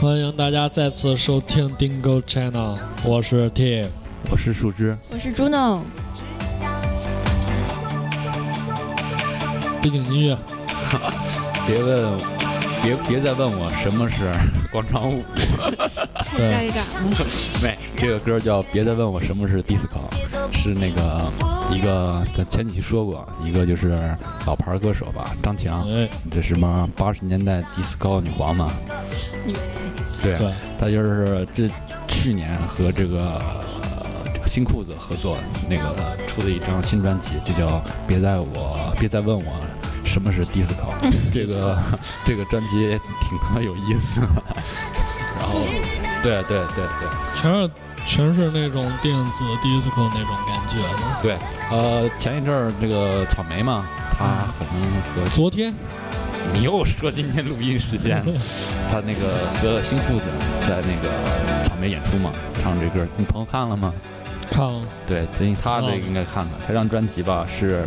欢迎大家再次收听 Dingo Channel，我是 T。我是树枝，我是 Juno，背景音乐，别问，别别再问我什么是 广场舞，太对尴尬了。没，这个歌叫《别再问我什么是 disco》，是那个嗯一个咱前几期说过，一个就是老牌歌手吧，张强，哎，这什么八十年代 disco 女皇嘛，女对啊对，她就是这去年和这个。呃这个新裤子合作那个出的一张新专辑，就叫《别再我别再问我什么是 disco》。这个这个专辑挺他妈有意思的，然后对对对对，全是全是那种电子 disco 那种感觉的。呃，前一阵儿这个草莓嘛，他可能和昨天你又说今天录音时间， 他那个和新裤子在那个草莓演出嘛，唱这歌，你朋友看了吗？看了，对，所以他这哦个应该看看。他这张专辑吧是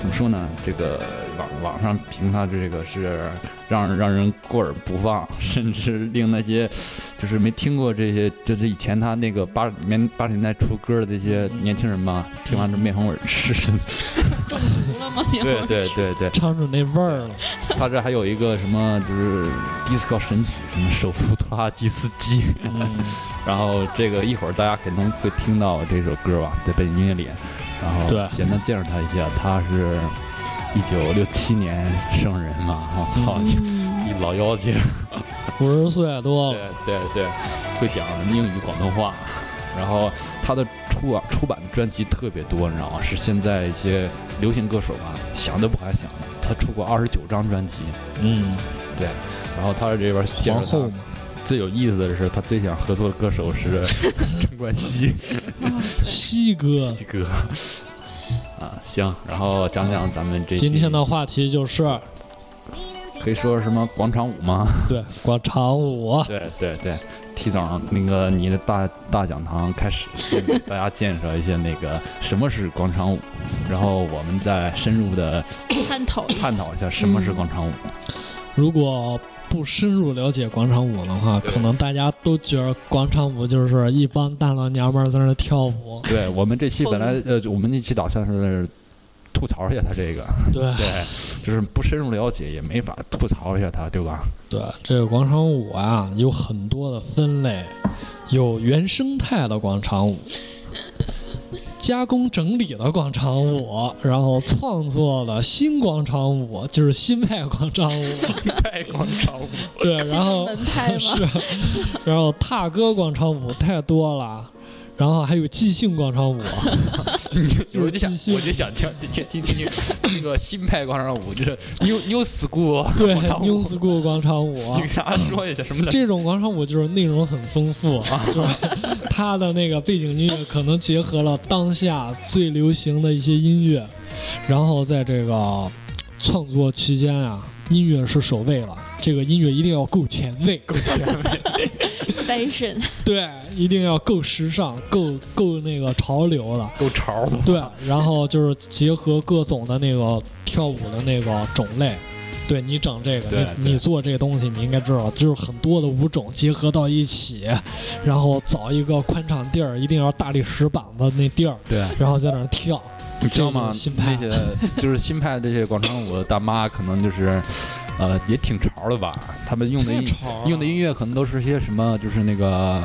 怎么说呢？这个网网上评他这个是让让人过耳不忘，甚至令那些就是没听过这些，就是以前他那个八十年八十年代出歌的这些年轻人吧，听完之后面红耳赤。服了吗？你对对对对，尝出那味儿了。 他这还有一个什么就是 disco 神曲，什么手扶拖拉机司机。 嗯，然后这个一会儿大家可能会听到这首歌吧，在背景音乐里。然后对简单介绍他一下，他是一九六七年生人嘛，我靠，嗯一老妖精。五十岁多对了，对对，会讲英语广东话。然后他的出啊出版的专辑特别多，你知道吗？是现在一些流行歌手吧，想都不敢想的。他出过二十九张专辑，嗯，然后他这边介绍皇他后嘛，最有意思的是，他最想合作的歌手 是陈冠希。哦西哥。西哥。啊，行，然后讲讲咱们这今天呢的话题就是可以说什么广场舞吗？ 对广场舞，啊对对对，提早那个你的大大讲堂开始，给大家介绍一下那个什么是广场舞，然后我们再深入的探讨一下探讨一下什么是广场舞。如果不深入了解广场舞的话，对可能大家都觉得广场舞就是一帮大老娘们儿在那儿跳 舞。对我们这期本来呃，我们这期打算是吐槽一下他这个，对对，就是不深入了解也没法吐槽一下他，对吧？对，这个广场舞啊，有很多的分类，有原生态的广场舞，加工整理的广场舞，然后创作的新广场舞，就是新派广场舞。太广场舞， 对，新然后门派吗？ 是，然后踏歌广场舞太多了。然后还有即兴广场舞，我就想即，兴我就想听听听听听那个新派广场舞，就是 new new school 对广场舞，New School 广场舞，你给大家说一下什么 的。这种广场舞就是内容很丰富，啊就是它的那个背景音乐可能结合了当下最流行的一些音乐，然后在这个创作期间啊，音乐是首位了，这个音乐一定要够前卫，够前卫， fashion 对，一定要够时尚，够够那个潮流的，够潮吗？对，然后就是结合各种的那个跳舞的那个种类。对你整这对个，对你你做这个东西，你应该知道，就是很多的舞种结合到一起，然后找一个宽敞地儿，一定要大理石板子那地儿，对，然后在那儿跳。你知道吗这就是新？派那些就是新派这些广场舞的大妈，可能就是，呃，也挺潮的吧？他们用的音吵用的 音 乐可能都是些什么？就是那个，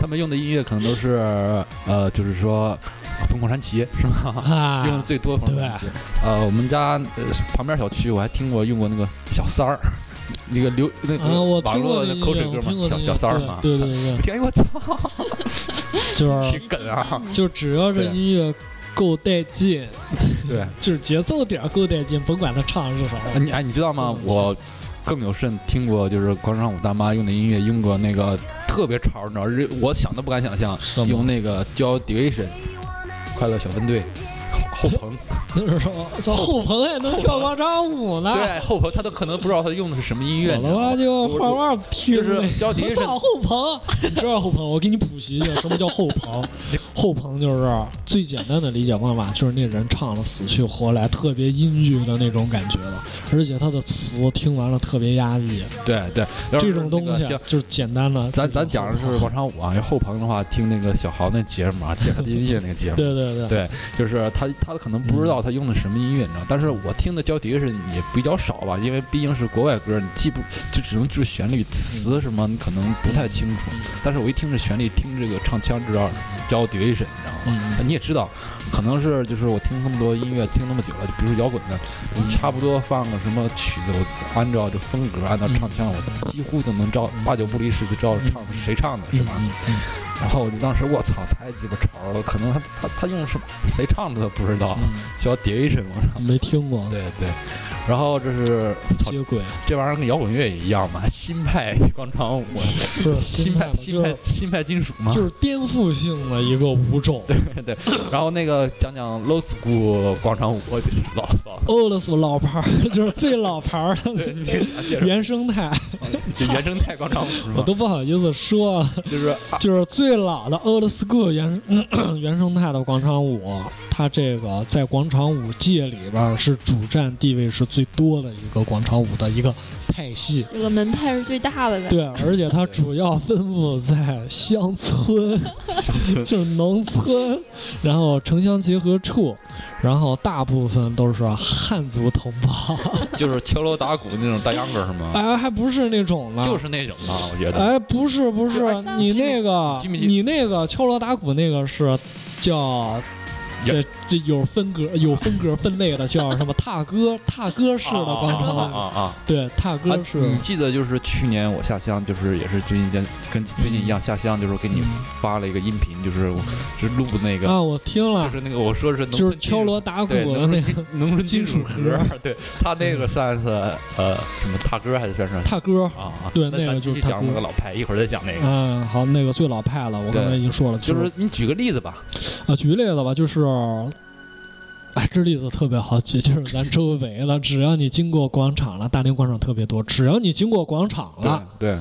他们用的音乐可能都是呃，就是说凤凰传奇是吗？啊，用的最多的方式对呃，我们家呃旁边小区我还听过用过那个小三儿， 那个流那啊，我个网听过络那的音口乐水歌我听嘛，过小那小个三儿对嘛。对对对我， 听，哎我操，就是这梗啊！ 就只要是对音乐够带劲，对，就是节奏点儿够带劲，甭管他唱是什哎么，你哎你知道吗？嗯我更有甚听过，就是广场舞大妈用的音乐，用过那个特别潮，你知道，日我想都不敢想象，是吗用那个 Joy Division 快乐小分队。后朋， 就是说，操，后棚还能跳广场舞呢。对后朋，他都可能不知道他用的是什么音我乐，你他知道吗妈就我画画听就是呗交警我是操后 棚，你知道后棚？我给你普及一下什么叫后棚这。后棚就是最简单的理解方法，就是那人唱的死去活来，特别阴郁的那种感觉了，而且他的词听完了特别压抑。对对，要是这种东那西啊个像就是简单的。咱这种咱讲的是广场舞啊，要后朋的话，听那个小豪那节目啊，解他的音乐那个节目，对对对对就是他他可能不知道他用的什么音乐，你知道？但是我听的交笛是也比较少吧，因为毕竟是国外歌，你记不就只能就是旋律词什么，你可能不太清楚。嗯但是我一听这旋律，听这个唱腔知道交笛是，你知道吗？嗯，你也知道，可能是就是我听那么多音乐，听那么久了，就比如摇滚的，嗯差不多放个什么曲子，我按照这风格，按照唱腔，我几乎就能照八九不离十，就知道唱谁唱的是吧？嗯？嗯然后我就当时我操，太鸡巴潮了，可能他他他用什么谁唱的都不知道，嗯叫碟什么。嗯没听过对对，然后这是操，接 轨，这玩意儿跟摇滚乐也一样嘛，新派广场舞，不是新派嘛新派新派金属嘛就是。就是颠覆性的一个舞种。啊对，然后那个讲讲 low school 广场舞，就是老老 old school 老牌儿，就是最老牌儿的对，你介绍原生态，就原生态广场舞是我吗？都不好意思说，就是啊就是最老的 old school 原、嗯、原生 态的广场舞，它这个在广场舞界里边儿是主战地位是最多的一个广场舞的一个派系。这个门派是最大的呗。对，而且它主要分布在乡村，乡村就是农村，然后城乡结合处，然后大部分都是汉族同胞， 就是敲锣打鼓那种大秧歌儿是吗？哎，还不是那种呢，就是那种啊，我觉得。哎，不是不是哎，你吉米那个吉米吉你那个敲锣打鼓那个是叫。呀这这有分格有分格分类的，叫什么踏歌踏歌式的广啊场啊舞，啊啊！对踏啊歌式，你记得就是去年我下乡，就是也是最近跟跟最近一样下乡，就是给你发了一个音频，就是我是录那个，嗯啊，我听了嗯就，是那个我说是农就是村金属敲锣打鼓对的农那村个金农村金属盒金，对他那个算是呃什么踏歌还是算是踏歌啊啊？对那那个咱继就是续踏讲那歌个老牌，一会儿再讲那个。嗯，好，那个最老派了，我刚才对已经说了，就是你举个例子吧，啊，举个例子吧，就是，哎，这例子特别好举，就是咱周围了，只要你经过广场了，大连广场特别多，只要你经过广场了，对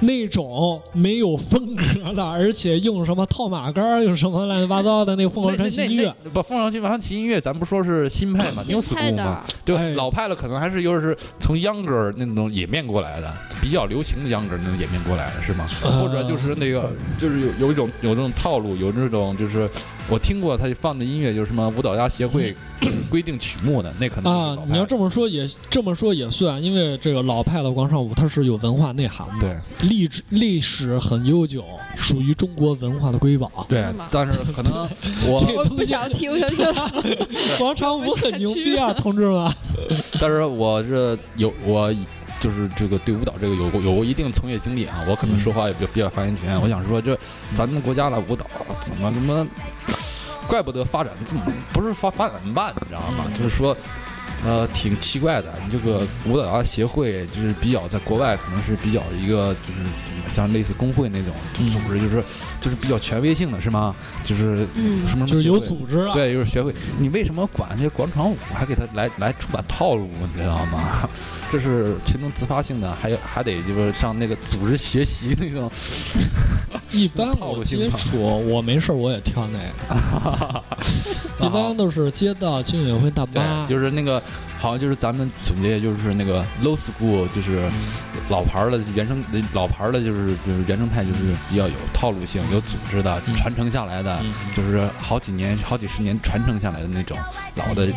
那种没有风格的，而且用什么套马杆儿，用什么乱七八糟的那个凤凰传奇音乐，那不凤凰传奇音乐，咱不说是新派嘛，new school 新派嘛，的，哎对，老派了，可能还是又是从秧歌儿那种演变过来的，比较流行的秧歌儿那种演变过来的是吗？呃或者就是那个，就是有有一种有这种套路，有这种就是我听过他放的音乐，就是什么舞蹈家协会规定曲目的，那可能就是嗯啊老派。，你要这么说也这么说也算，因为这个老派的广场舞它是有文化内涵的，对历史历史很悠久，属于中国文化的瑰宝。对是吗，但是可能我，这我啊不想听，我想听。广场舞很牛逼啊，同志们！ 但是我这有我。就是这个对舞蹈这个有过有过一定从业经历啊，我可嗯能说话也比较比较发言权。我想说，这咱们国家的舞蹈怎么怎么，怪不得发展这么不是发发展慢，你知道吗？嗯就是说，呃，挺奇怪的。你这个舞蹈家啊协会就是比较在国外可能是比较一个就是像类似工会那种嗯组织，就是就是比较权威性的是吗？就是嗯什么什么就是协有会组织啊了，对，就是学会你为什么管这些广场舞，还给他来来出把套路，你知道吗？ 这是群众自发性的，还有还得就是上那个组织学习那种， 一般套我路接性啊嘛触，我没事儿我也跳那个，一般都是街道居委会大妈啊对，，就是那个好像就是咱们总结就是那个 low school，就是老牌儿的原生老牌儿的，就是就是原生态，就是比较有套路性、有组织的嗯、传承下来的，嗯就是好几年、好几十年传承下来的那种老的。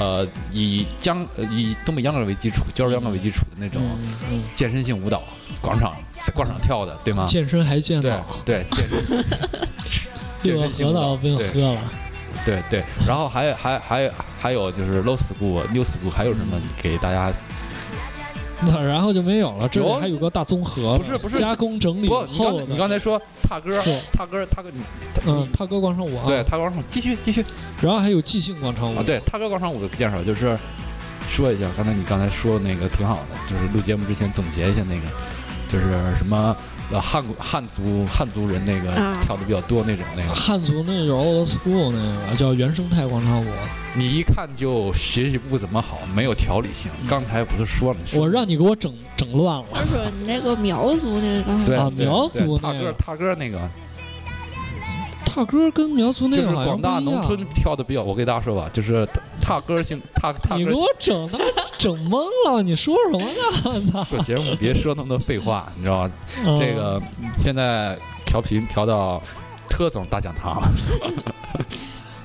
呃，以江呃以东北秧歌为基础，胶州秧歌为基础的那种嗯嗯健身性舞蹈，广场在广场跳的，对吗？健身还健啊对脑，对，健 身被健我身性喝舞到蹈，被我对喝了。对对。然后还有还还有还有就是 low school、new school，还有什么给大家？那然后就没有了，这里有还有个大综合，不是不是加工整理不，你刚后才你的，刚才说踏歌是，踏歌，踏歌，你嗯，踏歌广场舞啊，对，踏歌广场，继续继续然后还有即兴广场舞啊，，对，踏歌广场舞的介绍就是说一下，刚才你刚才说那个挺好的，就是录节目之前总结一下那个，就是什么呃汉古汉族汉族人那个啊跳的比较多那种那个，汉族那种 old school 那个叫原生态广场舞，你一看就学习不怎么好，没有条理性。刚才不是说了，嗯我让你给我整整乱了。而且你那个苗族那个对啊对苗对族踏那个歌踏歌那个，踏歌跟苗族那就是个好像广大不一样农村 跳的比较，我给大家说吧，就是踏歌性踏踏你给歌。我整他妈整懵了，你说什么呢？ 做节目别说那么多废话，你知道吗？嗯这个现在调频调到特总大讲 堂，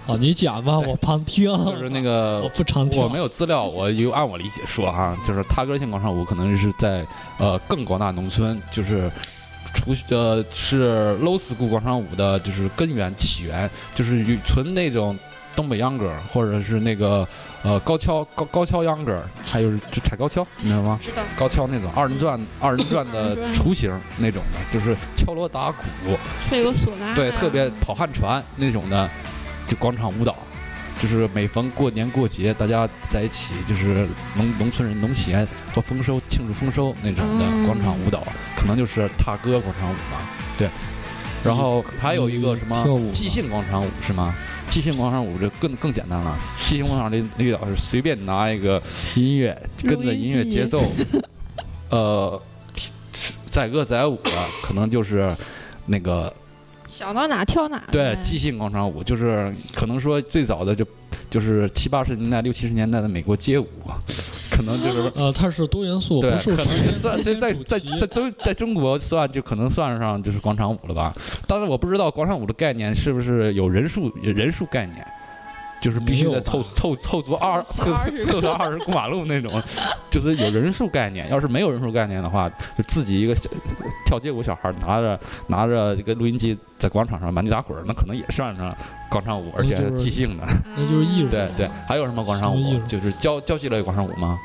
哦，你讲吧，我旁听。就是那我个不常听，我没有资料，我就按我理解说哈、就是他歌性广场舞可能是在呃更广大农村，就是除呃是 low school 广场舞的就是根源起源，就是与纯那种东北秧歌儿或者是那个呃高跷高高跷秧歌儿，还有就踩高跷，你知道吗？知道高跷那种二人转二人转 二的人转雏形那种的，就是敲锣打鼓，吹个唢 呐，对，特别跑旱船那种的，就广场舞蹈，就是每逢过年过节，大家在一起就是农农村人农闲和丰收庆祝丰收那种的嗯广场舞蹈，可能就是踏歌广场舞吧，对。然后还有一个什么嗯跳舞吗即兴广场舞是吗？即兴广场舞这更更简单了，即兴广场里那个老师随便拿一个音乐，录跟着音音乐机节奏， 呃，载歌载舞啊，可能就是那个想到哪跳哪呗，对，即兴广场舞就是可能说最早的就就是七八十年代、六七十年代的美国街舞，啊可能就是。呃，它是多元素，不对，受可时能间算这在在在中在中国算就可能算上就是广场舞了吧，但是我不知道广场舞的概念是不是有人数人数概念，就是必须没有得吧凑凑凑足二凑二十凑足二十过马路那种，就是有人数概念。要是没有人数概念的话，就自己一个小跳街舞小孩拿着拿着这个录音机在广场上满地打滚儿，那可能也算上广场舞，而且是即兴的。啊那就是艺术对对，还有什么广场什么意舞思？就是交交际类广场舞吗？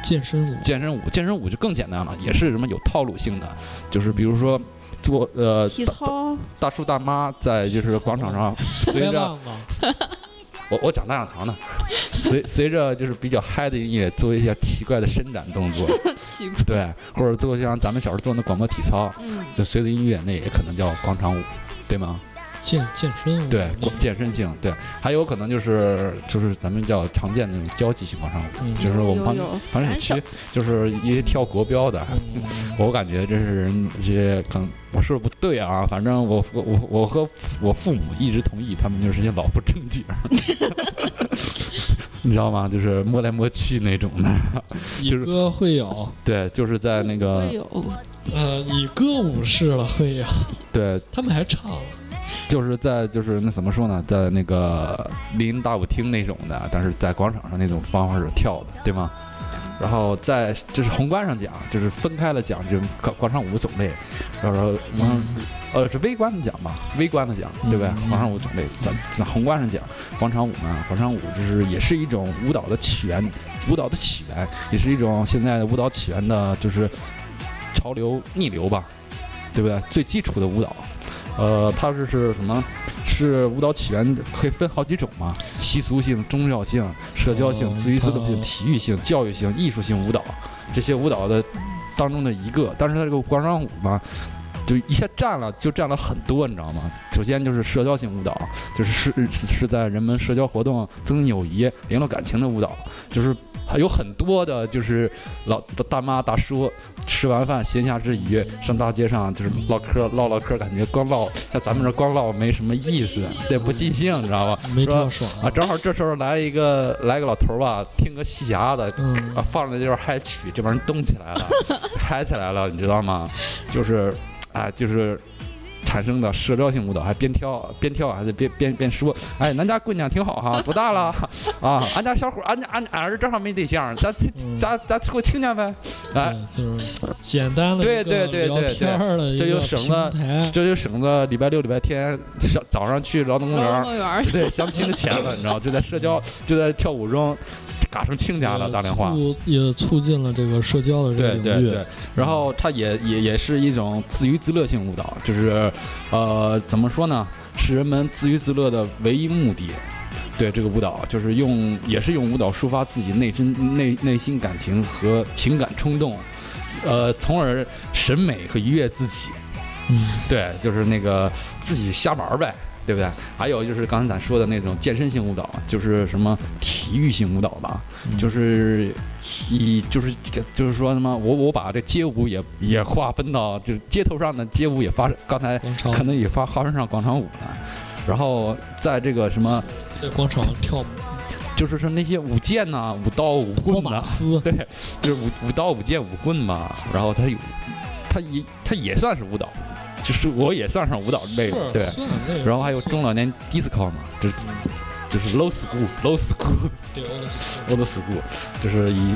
健身舞，健身舞，健身舞就更简单了，也是什么有套路性的，就是比如说做呃体大操，大叔大妈在就是广场上随别着忘了我我讲大讲堂呢，随随着就是比较嗨的音乐做一些奇怪的伸展动作，奇怪，对，或者做像咱们小时候做那广播体操，嗯，就随着音乐那也可能叫广场舞，对吗？健健身舞，嗯嗯对，那广健身性，对，还有可能就是就是咱们叫常见那种交际性广场舞，嗯就是我们有哎房有房产区就是一些跳国标的。嗯嗯我感觉这是人这些可能我说的不对啊，反正我我我我和父我父母一直同意，他们就是些老不正经儿， 你知道吗？就是摸来摸去那种的。以就是歌会友，对，就是在那个会有呃，以歌舞式了会友，对，他们还唱了，就是在就是那怎么说呢，在那个林荫大舞厅那种的，但是在广场上那种方式跳的，对吗？然后在就是宏观上讲，就是分开了讲，就是广广场舞种类，然后嗯呃是微观的讲吧，微观的讲，对吧？嗯广场舞种类，在在宏观上讲，广场舞呢，广场舞就是也是一种舞蹈的起源，舞蹈的起源也是一种现在舞蹈起源的，就是潮流逆流吧，对不对？最基础的舞蹈，呃，它是是什么？是舞蹈起源可以分好几种嘛？习俗性、宗教性、社交性、哦自娱自乐性、哦体育性、教育性、艺术性舞蹈，这些舞蹈的当中的一个。但是它这个广场舞嘛，就一下占了，就占了很多，你知道吗？首先就是社交性舞蹈，就是是是是在人们社交活动、增进友谊、联络感情的舞蹈，就是还有很多的，就是老大妈大叔吃完饭闲暇之余上大街上就是唠嗑唠唠嗑，感觉光唠像咱们这光唠没什么意思，对，不尽兴，你知道吧？没说跳爽啊，正好这时候来一个来个老头儿吧，听个戏匣子，嗯啊，放着就是嗨曲，这帮人动起来 了，嗨起来了，你知道吗？就是，啊，就是产生的社交性舞蹈，还边跳边跳还得边边边说，哎，咱家姑娘挺好哈，多大了啊？俺家小伙，俺家俺俺儿正好没对象，咱嗯咱咱处个亲家呗，哎。对，就是简单的对一个对对对聊天儿的一这就个省平了台，这就省得礼拜六、礼拜天上早上去劳动公园劳儿动公园儿，对相亲的钱了，你知道，就在社交就在跳舞中嘎成亲家了，也打电话。促也呃促进了这个社交的这个对领域，对对，然后它也也也是一种自娱自乐性舞蹈，就是，呃，怎么说呢，是人们自娱自乐的唯一目的。对这个舞蹈，就是用也是用舞蹈抒发自己内心内内心感情和情感冲动，呃，从而审美和愉悦自己。嗯，对，就是那个自己瞎玩儿呗，对不对？还有就是刚才咱说的那种健身型舞蹈，就是什么体育型舞蹈吧，嗯就是以就是就是说什么，我我把这街舞也也划分到就是街头上的街舞也发，刚才广场可能也发划分上广场舞了。然后在这个什么，在广场上跳舞，就是说那些舞剑呐、舞刀、舞托棍呐、马斯，对，就是舞舞刀、舞剑、舞棍嘛。然后它有，它也它也算是舞蹈，就是我也算上舞蹈类的，对。对然后还有中老年 disco 嘛，就是就是 low school low school 对，我的 old school，就是以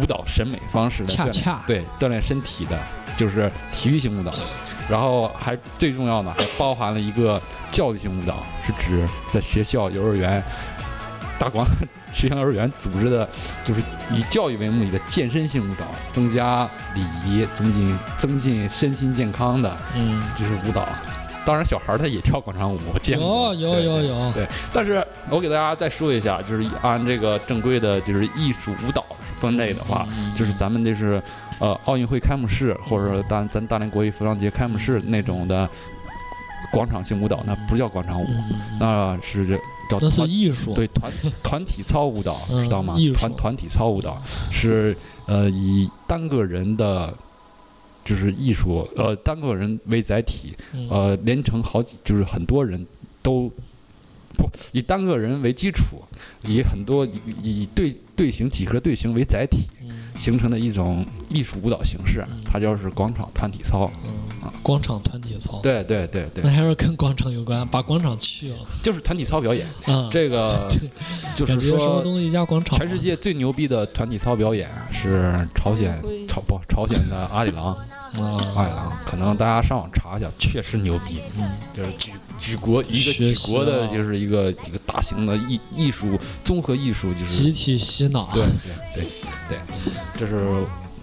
舞蹈审美方式的恰锻恰对锻炼身体的，就是体育型舞蹈。然后还最重要的还包含了一个教育型舞蹈，是指在学校、幼儿园、大广学校、幼儿园组织的，就是以教育为目的的健身性舞蹈，增加礼仪，增进增进身心健康的嗯，就是舞蹈。当然，小孩儿他也跳广场舞，我见过。有哦有对有。有，对，但是我给大家再说一下，就是按这个正规的，就是艺术舞蹈分类的话，嗯就是咱们这是呃奥运会开幕式，或者说大咱大连国际服装节开幕式那种的广场性舞蹈，那不叫广场舞，嗯那是这叫那是团艺术，对 团团体操舞蹈，嗯知道吗艺？术团团体操舞蹈是呃以单个人的。就是艺术，呃，单个人为载体，嗯，呃，连成好几，就是很多人都不以单个人为基础，以很多以以队队形几何队形为载体嗯形成的一种艺术舞蹈形式啊嗯，它就是广场团体操。啊嗯广场团体操，对对对那对，还是跟广场有关，把广场去了就是团体操表演，啊，这 个就是感觉什么说。东西加广场，啊全世界最牛逼的团体操表演啊是朝鲜会朝不朝鲜的阿里郎，阿啊，里郎可能大家上网查一下，确实牛逼。嗯就是举举国一学个举习国的，啊就是一个一个大型的艺艺术综合艺术，就是集体洗脑，对对对对，这是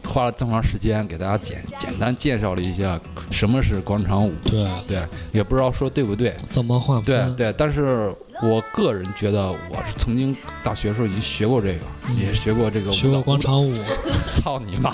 花了这么长时间给大家简简单介绍了一下什么是广场舞，对，对，也不知道说对不对，怎么划对分？对，但是我个人觉得我是曾经大学时候已经学过这个，嗯也学过这个舞学蹈过广，场舞， 操你妈，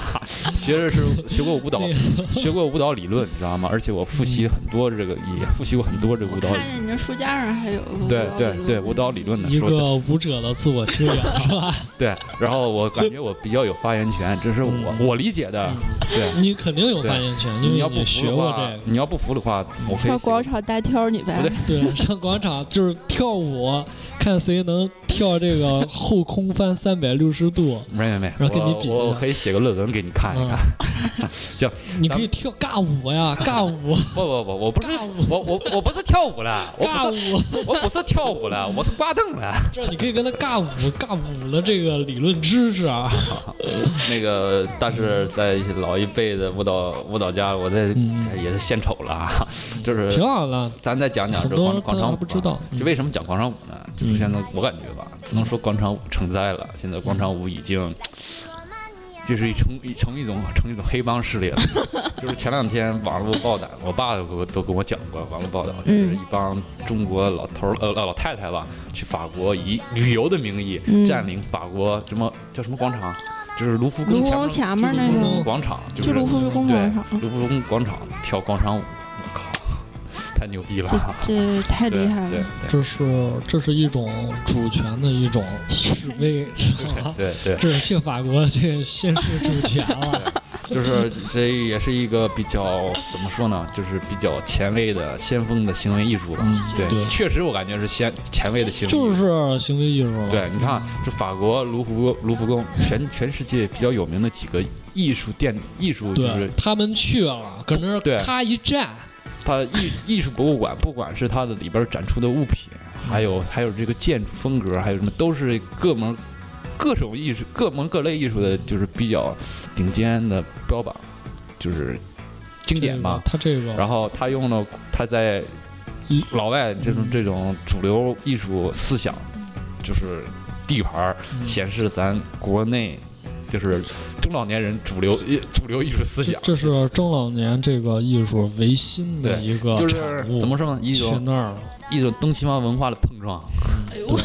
学的是学过 舞蹈那，学过舞蹈理论，你知道吗？而且我复习很多这个，也复习过很多这个舞蹈理看见你这书架上还有个对舞蹈对理对，论舞蹈理论的一说的个舞者的自我修养是 吧？对，然后我感觉我比较有发言权，这是我嗯我理解的。对，你肯定有发言权，因你要为不服学的过话这，个。你要不服的话，我可以上广写场单挑你呗不对。对， 上广场就是跳舞，看谁能跳这个后空翻三百六十度。没没没，然后跟你我比我一我下可以写个论文给你看一看。啊 你可以跳尬舞呀，尬舞，不不不，我不是尬舞我我我不是跳舞了，我尬不是舞，我不是跳舞了，我是挂凳了。 这你可以跟他尬舞，尬舞的这个理论知识啊。那个，但是在老一辈的舞蹈舞蹈家，我在嗯也是献丑了啊，就是挺好的，咱再讲讲很这多广人广场舞还啊吧，不知道嗯就为什么讲广场舞呢？嗯就是现在我感觉吧，不能说广场舞成灾了，现在广场舞已经。就是一成一成一种成一种黑帮势力了， 就是前两天网络报道，我爸都给我都跟我讲过网络报道，就是嗯一帮中国老头儿呃老老太太吧，去法国以旅游的名义嗯占领法国什么叫什么广场，就是卢浮卢宫浮前宫面前面那就卢浮宫，个广场，就就是卢浮宫广对，场，卢浮宫广场跳广场舞，我靠，太牛逼了！这太厉害对了。嗯这是这是一种主权的一种示威，知道吗？对对这是去法国去宣示主权啊了。对，就是这也是一个比较怎么说呢，就是比较前卫的、先锋的行为艺术吧。嗯， 对，确实我感觉是先前卫的行为艺术。就是行为艺术了。对，你看这法国卢浮宫卢浮宫，全全世界比较有名的几个艺术殿，艺术就对是，他们去了，搁那对儿咔一站，它艺艺术博物馆，不管是它的里边展出的物品，还有还有这个建筑风格，还有什么，都是各门各种艺术、各门各类艺术的，就是比较顶尖的标榜，就是经典嘛。这个他这个然后他用了他在老外这种嗯这种主流艺术思想，就是地盘儿嗯显示咱国内就是中老年人主流主流艺术思想。这是中老年这个艺术维新的对一个就是产物，怎么说呢？一去种那儿了？一种东西方文化的碰撞，哎呦，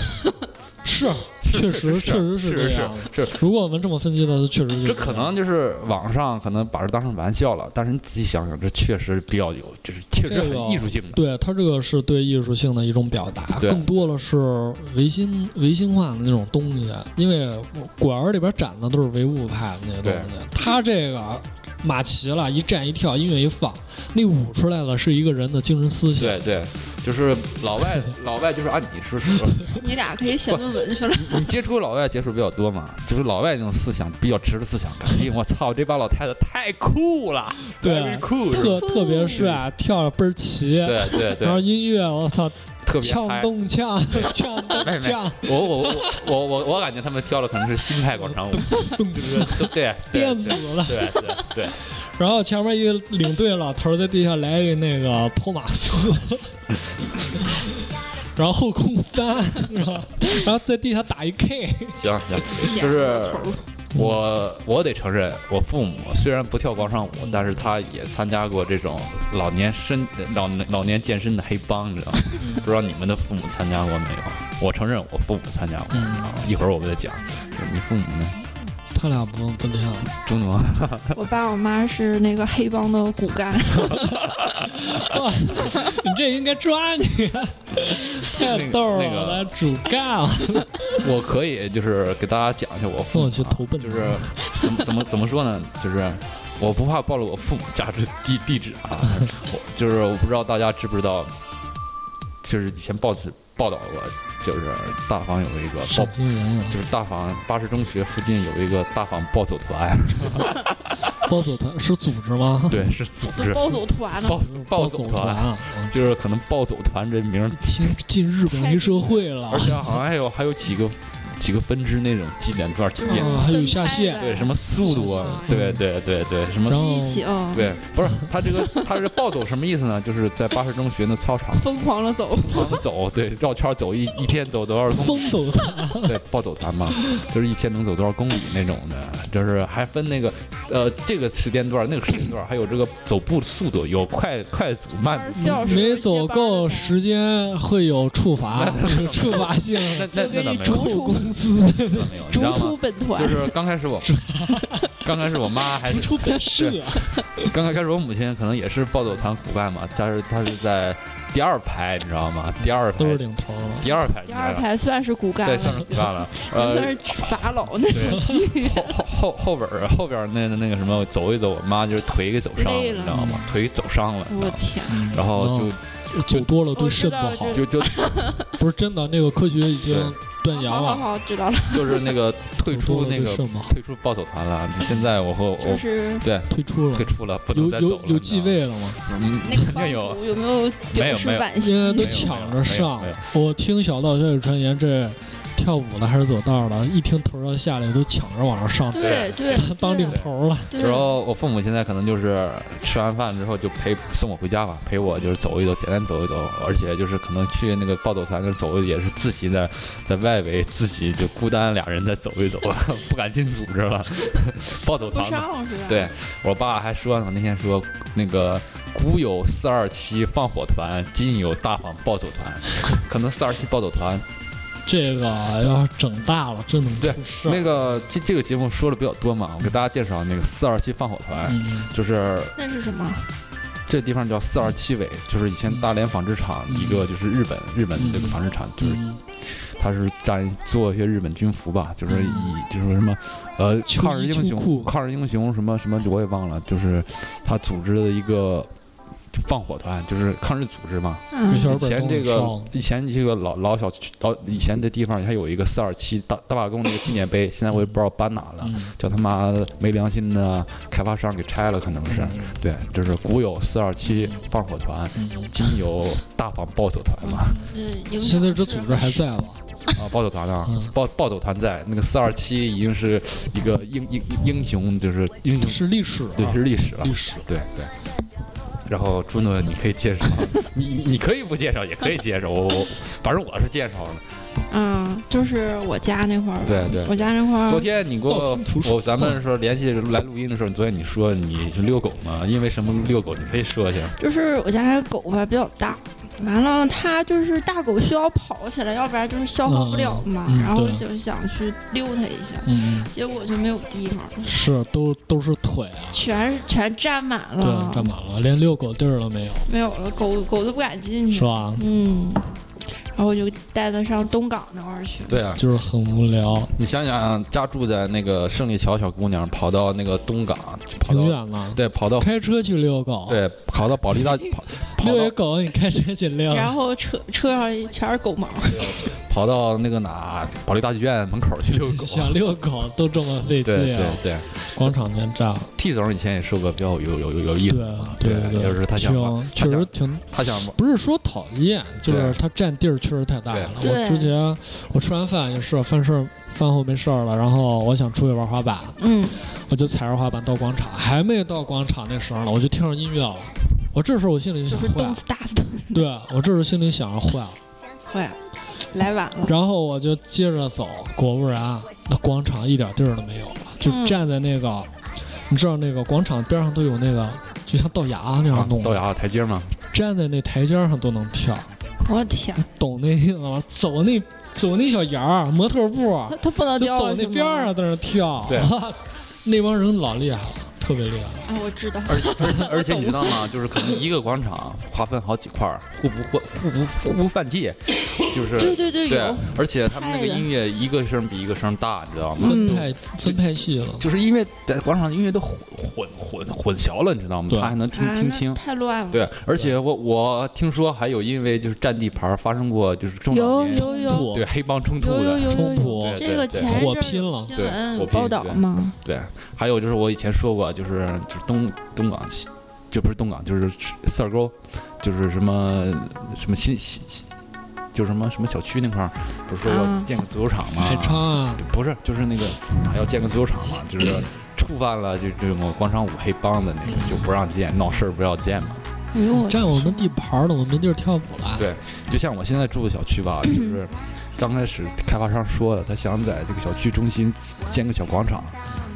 是啊确实 是确实是这是样的是是，如果我们这么分析的，确实就是这样可能就是网上可能把这当成玩笑了，但是你仔细想想，这确实比较有，就是确实这个很艺术性的。对他这个是对艺术性的一种表达，对更多的是唯心唯心化的那种东西。因为果园里边展的都是唯物派的那些东西，他这个马齐了，一站一跳，音乐一放，那舞出来了是一个人的精神思想。对对，就是老 外老外就是按你是说，你俩可以写论文去了。你接触老外接触比较多嘛，就是老外那种思想比较直的思想，肯定我操，这帮老太太太酷了，对啊 very cool，是吧特特别帅，跳着倍儿齐，对对然后对，音乐，我操，特别呛嗨。动 呛呛动呛，我我我我我我感觉他们跳的可能是新派广场 舞，动对对对电子了。对对对，然后前面一个领队老头儿在地下来一个那个托马斯，然后后空翻是吧？然后在地下打一 K，行行，就是我我得承认，我父母虽然不跳广场舞，但是他也参加过这种老年身老老年健身的黑帮，你知道吗？不知道你们的父母参加过没有？我承认我父母参加过，嗯，一会儿我们再讲。你父母呢？他俩不不跳，中农 我爸我妈是那个黑帮的骨干，哇你这应该抓你，太逗那个了，主干了，我可以就是给大家讲一下我父母、啊那我去投奔哦就是怎么怎么怎么说呢？就是我不怕暴露我父母家住地地址啊， 我就是我不知道大家知不知道，就是以前报纸报道过，就是大房有一个少报。金人了，就是大房八十中学附近有一个大房暴走团，包走团是组织吗？ 对， 是组 织包走团呢。暴暴走走团，啊，就是可能暴走团这名儿，听进日本黑社会了而，且好像还有还有几个几个分支那种纪点段儿纪念，嗯，还有下线，对什么速度啊，是是对对对对，什么然后一起啊，对，不是他这个他这个暴走什么意思呢？就是在八十中学那操场疯狂的走，疯狂地走，对，绕圈儿走一一天走多少公风走团，里？对，暴走团嘛，就是一天能走多少公里那种的，就是还分那个呃这个时间段儿那个时间段儿，还有这个走步速度，有快快组慢二组。十四小时没走够时，时间会有处罚，有处罚性那那 那倒没有，逐扣工资，那倒没有，你知逐道出吗？本团就，是刚开始我，刚开始我妈还逐哎是出本社。刚刚开始，我母亲可能也是暴走团骨干嘛，但是她是在第二排，你知道吗？第二 排都，是领头了，第二排，你知第道二吗？排算是骨干对，了，算是骨干了。 也呃算，是法老那对，后后后后边儿后边儿那那个什么，走一走，我妈就是腿给走伤了，累你了嗯知道吗？腿走伤了，你知道 我吗？天，嗯然后哦就走嗯多了对我肾哦不知道好这，就就不是真的。那个科学已经断言好好了，好，知道了，就是那个 退走多出了那对个肾不好，退出暴走团了。现在我和就 我是退出了退。出了，不有能再走有了。有你知继道吗，位了吗？嗯 那个肯定有帮主有没有表示没有没有惋因为都对惜？抢着上没有没。我听小道消息传言，这跳舞的还是走道的，一听头上下来都抢着往上上，对对，当领对头了。对然后我父母现在可能就是吃完饭之后就陪送我回家吧，陪我就是走一走，简单走一走，而且就是可能去那个暴走团那走也是自己在在外围自己就孤单俩人再走一走， 不敢进组织 了，暴走不团嘛。上是吧？对我爸还说呢，那天说那个古有四二七放火团，今有大仿暴走团， 可能四二七暴走团这个要是整大了，真能对出事儿。那个这这个节目说的比较多嘛，我给大家介绍那个四二七放火团，嗯就是那是什么？这地方叫四二七尾，就是以嗯前大连纺织厂一个就是日本日本这个纺织厂，就是嗯它是占做一些日本军服吧，嗯就是以就是什么呃秋衣抗日英秋裤雄抗日英雄什么什么我也忘了，就是他组织的一个放火团，就是抗日组织嘛。给嗯小以本前东这个上以前这个老老小区老以前这地方还有一个四二七大大罢工那个纪念碑，现在我也不知道搬哪了，嗯叫他妈没良心的啊开发商给拆了，可能是。啊嗯对，就是古有四二七放火团，嗯今有大仿暴走团 嘛，嗯，现在这组织还在吧？啊，暴走团啊嗯，暴暴走团在那个四二七已经是一个英英英雄，就是英雄，是历史啊，对，是历史了历，史。对对。然后朱诺，你可以介绍，你你可以不介绍，也可以介绍，我我反正我是介绍了。嗯，就是我家那块儿，对对我家那块儿，昨天你给嗯道我听途说嗯我咱们说联系来录音的时候，昨天你说你是遛狗嘛，因为什么遛狗，你可以说一下。就是我家狗吧比较大，完了，它就是大狗需要跑起来，要不然就是消化不了嘛。嗯嗯嗯然后对就想去溜它一下，嗯，结果就没有地方了，是啊都都是腿啊，全全占满对，了，占满了，连遛狗地儿都没有，没有了，狗狗都不敢进是去。吧？嗯，然后我就带它上东港那块儿去。对啊，就是很无聊，你想想，家住在那个胜利桥小姑娘，跑到那个东港，跑挺到远了，对，跑到开车去遛狗，，对，跑到保利大跑跑遛到一狗你开车去遛，然后车车上全是狗毛，跑到那个哪保利大剧院门口去遛 狗。啊想遛狗都这么费对劲啊对，对广场间站， ，T 总以前也说过比较有有有有意对思，对对，就是他想玩挺确他实想挺他想玩不是说讨厌，就是对它占地儿确实太大了。对我之前我吃完饭也是，饭事儿饭后没事儿了，然后我想出去玩滑板，嗯，我就踩着滑板到广场，还没到广场那时候呢，我就听上音乐了。我这时啊候我心里就就想是坏动了，次打次动对啊我这时候心里想着坏了，坏了，来晚了。然后我就接着走，果不然那广场一点地儿都没有了，就嗯站在那个，你知道那个广场边上都有那个，就像豆芽那样啊弄的，豆芽台阶嘛，站在那台阶上都能跳。我天，懂那意思吗？走那走那小沿儿，模特步儿， 它它不能啊就掉走那边儿啊上在那儿跳。对， 那帮人老厉害了，特别厉害。是吗！啊，我知道，而且而且而且你知道吗？就是可能一个广场划分好几块儿，互不互互不互不犯忌，就是对对对，对有，而且他们那个派的音乐一个声比一个声大，你知道吗？嗯分派分派系了，就是因为在广场音乐都混混混混淆了，你知道吗？对他还能听啊听那清。太乱了。对，而且我我听说还有因为就是占地盘儿发生过就是中老有年有有土对黑帮冲突有有的，有有冲有，突对这个前一火阵儿拼有了新对闻火有拼报道对嘛，对，还有就是我以前说过，就是就是东东港，就不是东港，就是四二沟，就是什么什么新新，新就是什么什么小区那块儿，不是说要啊建个足球场吗？海昌啊，不是，就是那个还要建个足球场嘛，就是触犯了就这种广场舞黑帮的那个，就不让建，闹事儿不要建嘛。哎呦我占我们地盘儿了，我没地儿跳舞了。对就像我现在住的小区吧，就是刚开始开发商说了，他想在这个小区中心建个小广场，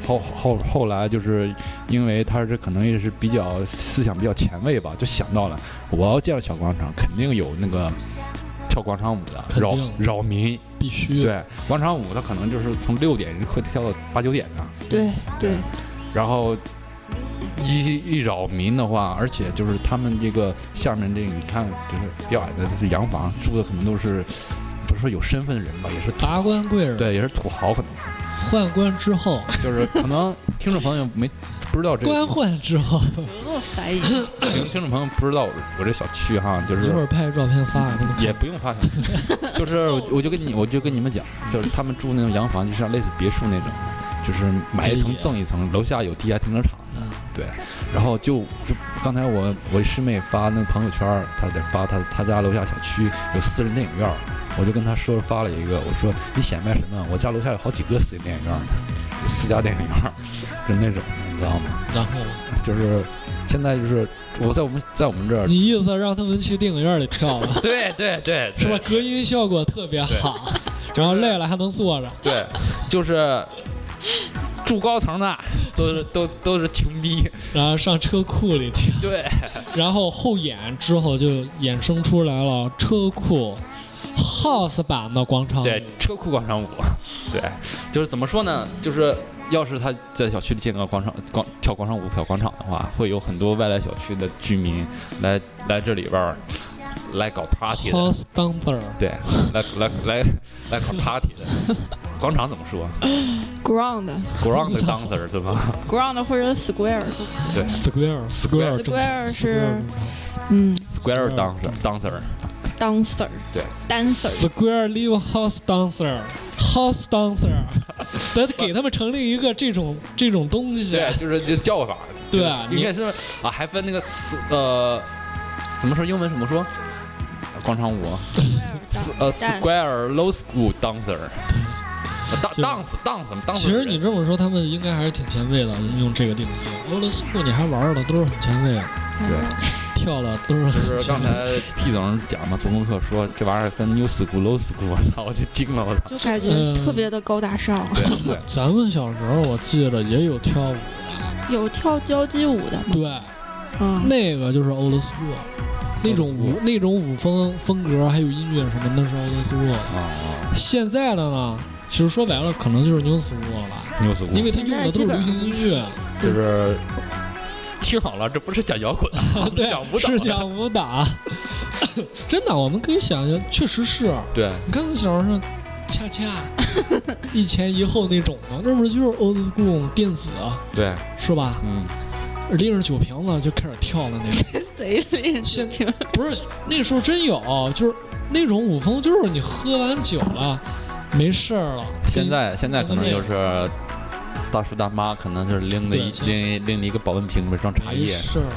后后后来就是因为他是可能也是比较思想比较前卫吧，就想到了我要建了小广场，肯定有那个跳广场舞的肯扰定扰民，必须。，对广场舞他可能就是从六点会跳到八九点呢。对对，然后一一扰民的话，而且就是他们这个下面这个，你看就是比较矮的这洋房住的可能都是不是说有身份的人吧，也是土达官贵人对，也是土豪，可能是宦官之后，就是可能听众朋友没不知道 这官个，宦之后，多么烦人，听听众朋友不知道我这小区哈，就一会是。儿拍照片发给你们看。也不用发小，就是我我就跟你我就跟你们讲，就是他们住那种洋房，就像类似别墅那种，就是买一层赠一层，楼下有地下停车场，嗯然后就就刚才我我师妹发那个朋友圈儿，她在发她她家楼下小区有私人电影院儿，我就跟她说发了一个，我说你显摆什么啊？我家楼下有好几个私人电 影院儿呢，就私家电影院儿， 就那种，你知道吗？然后就是现在就是我在我们在我们这儿，你意思让他们去电影院里跳吧，对对对是吧？隔音效果特别好，然后累了还能坐着。对，就是住高层的都是都都是穷逼，然后上车库里跳，对，然后后演之后就衍生出来了车库 house 版的广场舞，对，车库广场舞，对，就是怎么说呢？就是要是他在小区里建个广场广跳广场舞、跳广场的话，会有很多外来小区的居民来来这里边儿来搞 party 的， house bumper 对，来来来来搞 party 的。广场怎么说 ground ？ground dancer 对吧？ ground 或者 square， square square 正 Square 是嗯，square dancer dancer， ，dancer，对，dancer， square live house dancer house dancer，得 给他们成立一个这种这种东西，啊对，就是就叫法，对就是啊应你该是啊，还分那个四呃，怎么说英文怎么说？广场舞。s 呃 Dance square low school dancer，呃就是 dan dance dance dance。其实你这么说，他们应该还是挺前卫的，用这个定义。old school 你还玩的都是很前卫的，跳的都是就很是前刚卫的。才 T 总讲嘛，做功课说这玩意儿跟 new school low school，我操，我就惊了，我操。就感觉特别的高大上，对对，咱们小时候我记得也有跳舞，有跳交际舞的嘛，对，嗯，那个就是 old school，那种舞那种舞风风格还有音乐什么，那是奥顿斯沃。啊啊，现在的呢，其实说白了，可能就是 New School 了，牛死过，因为它用的都是流行音乐，就是听好了，这不是讲摇滚，对是讲舞蹈是的，讲武打。 真的，我们可以想想，确实是。对，你看那小时候，恰恰一前一后那种的，那不就是 old school 电子对，是吧？嗯，拎着酒瓶子就开始跳的那种。贼厉现害。不是那时候真有，就是那种舞风，就是你喝完酒了，没事儿了。现在现在可能那就个是大叔大妈，可能就是拎着一对拎一拎着一个保温瓶里边装茶没叶，事儿。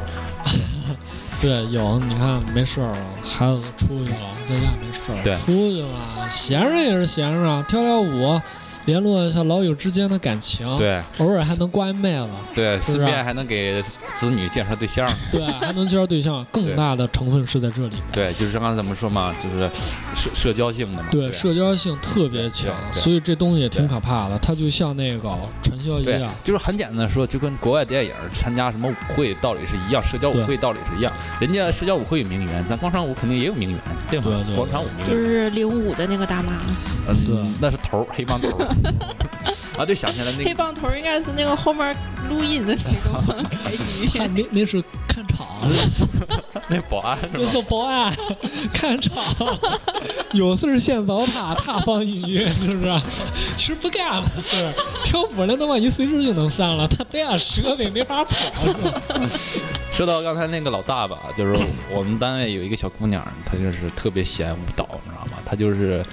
对，有你看没事儿了，孩子出去了，在家没事儿，对出去了，闲着也是闲着，跳跳舞，联络一下老友之间的感情，，对偶尔还能关妹子，对，是顺吧便还能给子女介绍对象，对，还能介绍对象，对更大的成分是在这里，对，就是刚才咱们说嘛，就是社社交性的嘛，对，对社交性特别强，对对所以这东西也挺可怕的，它就像那个传销一对样，，就是很简单的说，就跟国外电影参加什么舞会道理是一样，社交舞对会道理是一样。人家社交舞会有名媛，咱广场舞肯定也有名媛，对吗对对？广场舞名就媛，是领舞的那个大妈，对嗯，那是头儿黑帮头 儿。啊，对，想起来那黑个，帮头应该是那个后面录音的那个他凯宇，那那是看场，嗯那保安 是那吧？个哎保安看场，有事儿现凿塔，塌方音乐，是不是？ 其实不干了，是跳舞了，那万一随时就能散了。他带上设备没法跑，是吧？说到刚才那个老大吧，就是我们单位有一个小姑娘，她就是特别喜欢舞蹈，你知道吗？她就是。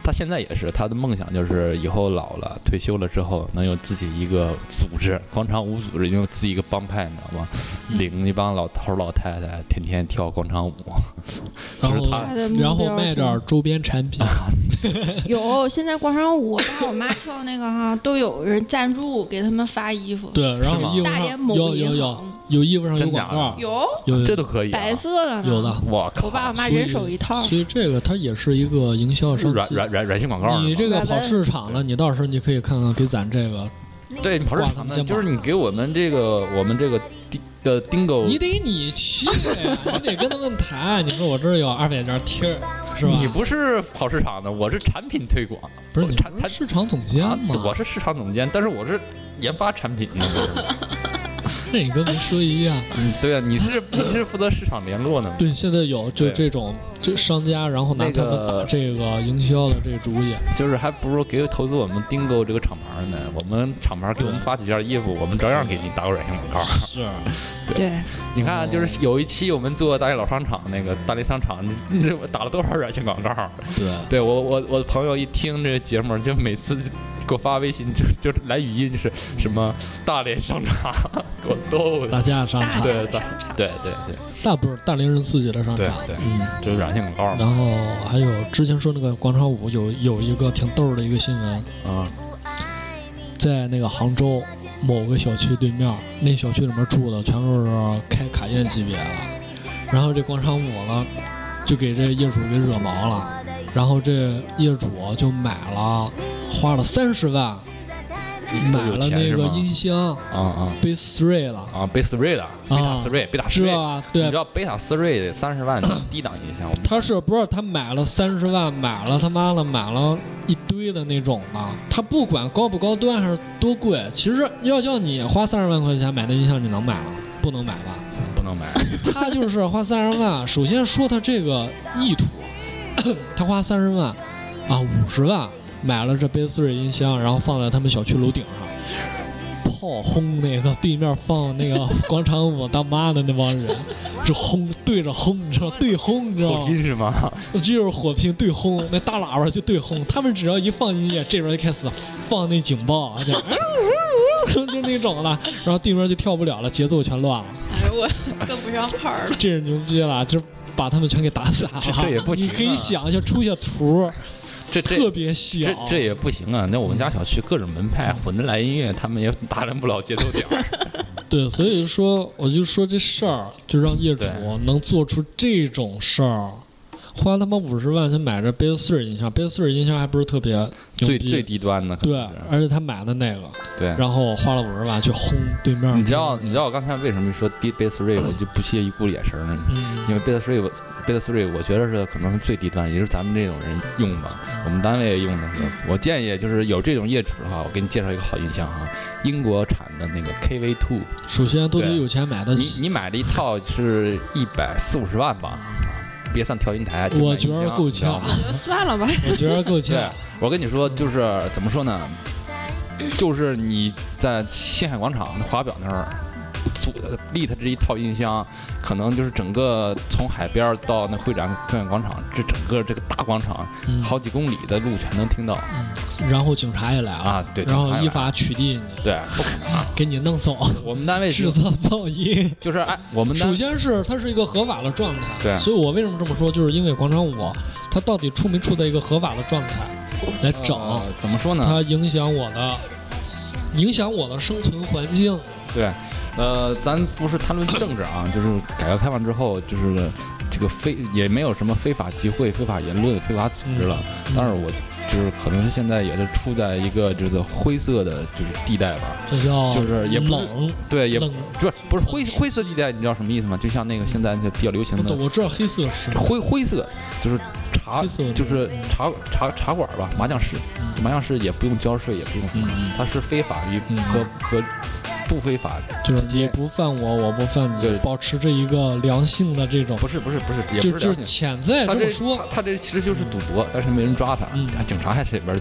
她现在也是，她的梦想就是以后老了退休了之后，能有自己一个组织，广场舞组织，因为自己一个帮派，你知道吗？嗯领一帮老头儿老太太，天天跳广场舞。然就是后他然后卖点儿周边产品， 有，现在广场舞，包括我妈跳那个哈，都有人赞助给他们发衣服。对，然是吗后衣服大连上某有有银有行有衣服上有真假广的告，有有有这都可以、啊。白色的呢，有的，我靠！我爸我所妈以人手一套。所以这个它也是一个营销是商软机。软软软性广告呢。你这个软跑文市场了，你到时候你可以看看给咱这个，对你跑市场挂他呢，们就是你给我们这个我们这个丁呃丁狗，你得你去呀，你得跟他们谈。你说我这儿有二百件 T，是吧？你不是跑市场的，我是产品推广，不是你产不产是市场总监啊吗？我是市场总监，但是我是研发产品的。我 是那你跟没说一样。嗯，对啊，你是你是负责市场联络的嘛？对，现在有就对这种这商家，然后拿那他个们打这个营销的这主意。就是还不如给投资我们丁狗这个厂牌呢。我们厂牌给我们发几件衣服，我们照样给你打个软性广告。是，对， 你看，啊就是有一期我们做大连老商场那个大连商场，你 你这我打了多少软性广告？对， 对我我我朋友一听这节目，就每次给我发微信，就就是来语音，就是什么大连商场，给我逗的。大家商大场， 对连大商场对对对大不是大连人自己的商对场。对，嗯，就是软性广告然后还有之前说那个广场舞有有一个挺逗儿的一个新闻，啊，在那个杭州某个小区对面，那小区里面住的全都是开卡宴级别的，然后这广场舞呢，就给这业主给惹毛了，然后这业主就买了，花了三十万买有了钱那是个吗音箱，啊啊被 three 了，啊！贝斯瑞的，贝塔斯瑞，贝塔斯啊是瑞，吧？你知对，道贝塔斯瑞三十万低档音箱，我们他是不是他买了三十万，买了他妈的买了一堆的那种的，他不管高不高端还是多贵，其实要叫你花三十万块钱买那音箱，你能买吗？不能买吧？不能买，他就是花三十万，首先说他这个意图， 他花三十万啊五十万买了这 Bass 贝 e 音箱，然后放在他们小区楼顶上，炮轰那个对面放那个广场舞大妈的那帮人，这轰对着轰，你知道对轰，你知道口吗？音是吗？就是火拼对轰，那大喇叭就对轰，他们只要一放音乐，这边就开始放那警报，啊就 就那种的，然后对面就跳不了了，节奏全乱了。哎我跟不上拍儿了。这是牛逼了，就把他们全给打散了。这这也不行啊你可以想一下，出一下图， 这这特别嗯小。这这也不行啊！那我们家小区各种门派混着来音乐，他们也打烂不了节奏点儿。对，所以说我就说这事儿，就让业主对能做出这种事儿，花他妈五十万去买这 Bass 四音箱，Bass 四音箱还不是特别牛最逼最低端的可对能是，而且他买的那个，对。然后花了五十万去轰对面。你知道你知道我刚才为什么说 Deep Bass Ray 我就不屑一顾的眼神呢？嗯，因为 Bass Ray 我 Bass Ray 我觉得是可能是最低端，也就是咱们这种人用吧。我们单位用的嗯时候，我建议就是有这种业主哈，我给你介绍一个好音箱哈，英国产的那个 KV Two，首先都得对有钱买得你起。你买了一套是一百四五十万吧，啊别算调音台，啊就我买觉得音箱够你知道呛吗就算了吧。我觉得够对呛。，我跟你说，就是怎么说呢？就是你在星海广场那华表那儿租立他这一套音箱，可能就是整个从海边儿到那会展会展广场，这整个这个大广场嗯好几公里的路全能听到嗯然后警察也来了，啊！对，然后挺嗨依的法取缔你，对，不可能啊！给你弄 走，我们单位制是造噪音。就是哎，我们单首先是它是一个合法的状态，对所以我为什么这么说，就是因为广场舞它到底处没处在一个合法的状态来整，呃怎么说呢？它影响我的，影响我的生存环境。对，呃，咱不是谈论政治啊，就是改革开放之后，就是这个非也没有什么非法集会、非法言论、非法组织了。嗯但是我就是可能是现在也是处在一个就是灰色的就是地带吧，这叫就是也不是冷对，也不冷，是不是灰灰色地带，你知道什么意思吗？就像那个现在就比较流行不的懂，我知道黑色是灰灰色，就是茶黑色，啊就是茶茶茶馆吧，麻将室，嗯麻将室也不用交税，也不用什嗯么，嗯，它是非法与嗯和和不非法就是直你接。不犯我，我不犯对你，保持着一个良性的这种不，是不是不是，也就不是就良是性潜在他这这么说他，他这其实就是赌博，但是没人抓他，嗯他警察还是里边儿。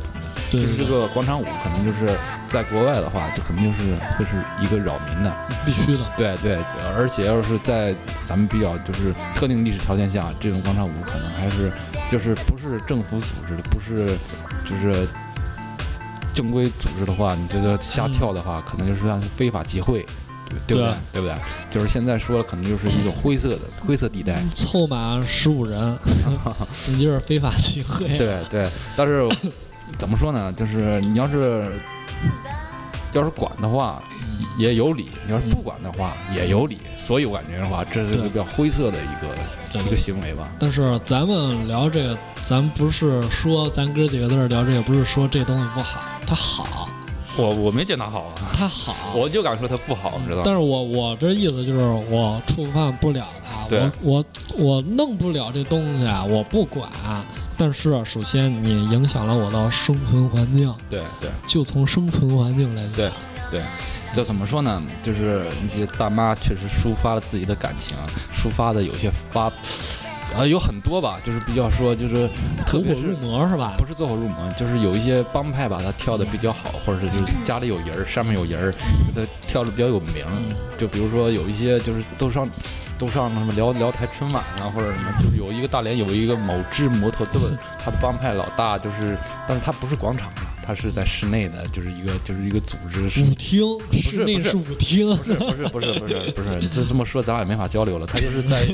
对就是对这对，个广场舞，可能就是在国外的话，就肯定就是会是一个扰民的。必须的。对对，呃而且要是在咱们比较就是特定历史条件下，这种广场舞可能还是就是不是政府组织的，不是就是。正规组织的话，你觉得瞎跳的话，可能就是算是非法集会，对对对不对啊？对不对？就是现在说，可能就是一种灰色的灰色地带。凑满十五 人，你就是非法集会。对对，但是怎么说呢？就是你要是要是管的话嗯也有理，你要是不管的话也有理。所以我感觉的话，这是一个对比较灰色的一对个一个行为吧。但是咱们聊这个，咱不是说咱哥几个在这儿聊这个，不是说这东西不好，它好，我我没见他好啊，它 好。就敢说他不好，你知道嗯但是我我这意思就是我触犯不了它，对我我我弄不了这东西，啊我不管。但是首先你影响了我的生存环境，对对就从生存环境来讲，对对，这怎么说呢？就是那些大妈确实抒发了自己的感情，抒发的有些发。啊，有很多吧，就是比较说，就是走特火别是入魔是吧？啊不是走火入魔，就是有一些帮派把他跳的比较好，或者是就是家里有人儿，上面有人儿，他跳的比较有名儿。嗯就比如说有一些就是都上都上什么辽辽台春晚啊，或者什么，就是有一个大连有一个某知摩托顿，他的帮派老大就是，但是他不是广场的，他是在室内的，就是一个就是一个组织是。舞厅，是室内不是舞厅不，是不是不是不是不是，你这这么说咱俩也没法交流了。他就是在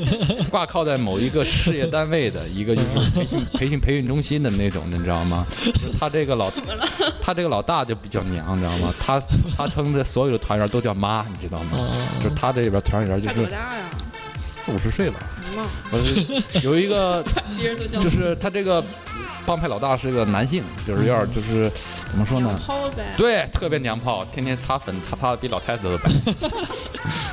挂靠在某一个事业单位的一个就是培训培训培训中心的那种的，你知道吗？就是他这个老 他这个老大就比较娘，你知道吗？他他称这所有的团员都叫妈，你知道吗？嗯就是他这里边团员就他多是大呀？四五十岁吧，什么？我就有一个别人都叫就是他这个帮派老大是个男性，就是要就是怎么说呢？抛呗。对，特别娘炮，天天擦粉擦擦的比老太太都白，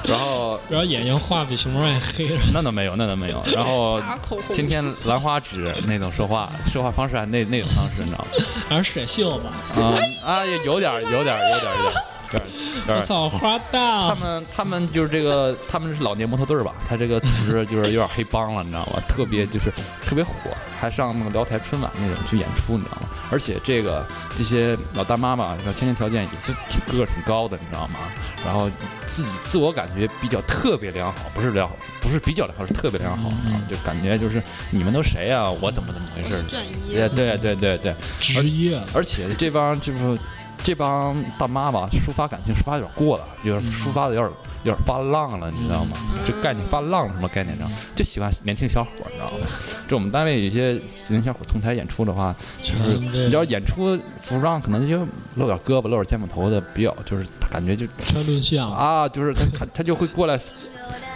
然后然后眼睛画比熊猫还黑，那倒没有，那倒没有。然后打口红。天天兰花指那种说话，说话方式还那那种方式，你知道吗？还是甩袖子， 啊、啊，也有点儿，有点儿，有点儿，有点儿，有点儿，有点我儿。哎操，花他大，们他们就是这个，他们是老年摩托队儿吧？他这个组织就是有点黑帮了，你知道吗？特别就是特别火，还上那个辽台春晚那种去演出，你知道吗？而且这个这些老大妈嘛，然后先天条件也就挺个儿挺高的，你知道吗？然后自己自我感觉比较特别良好，不是良好，不是比较良好，是特别良好，嗯嗯就感觉就是你们都谁呀、我怎么怎么回我事是儿？转移。对对对对对，职业，而且这帮就是这帮大妈吧，抒发感情抒发有点过了，有嗯点抒发的有点有点发浪了，你知道吗？这概念发浪是什么概念？你知道吗？就喜欢年轻小伙儿，你知道吗？这我们单位有些年轻小伙儿同台演出的话，全就是这你知道个演出服装可能就露点胳膊、露点肩膀头的，比较就是感觉就全沦陷了。啊，就是他他他就会过来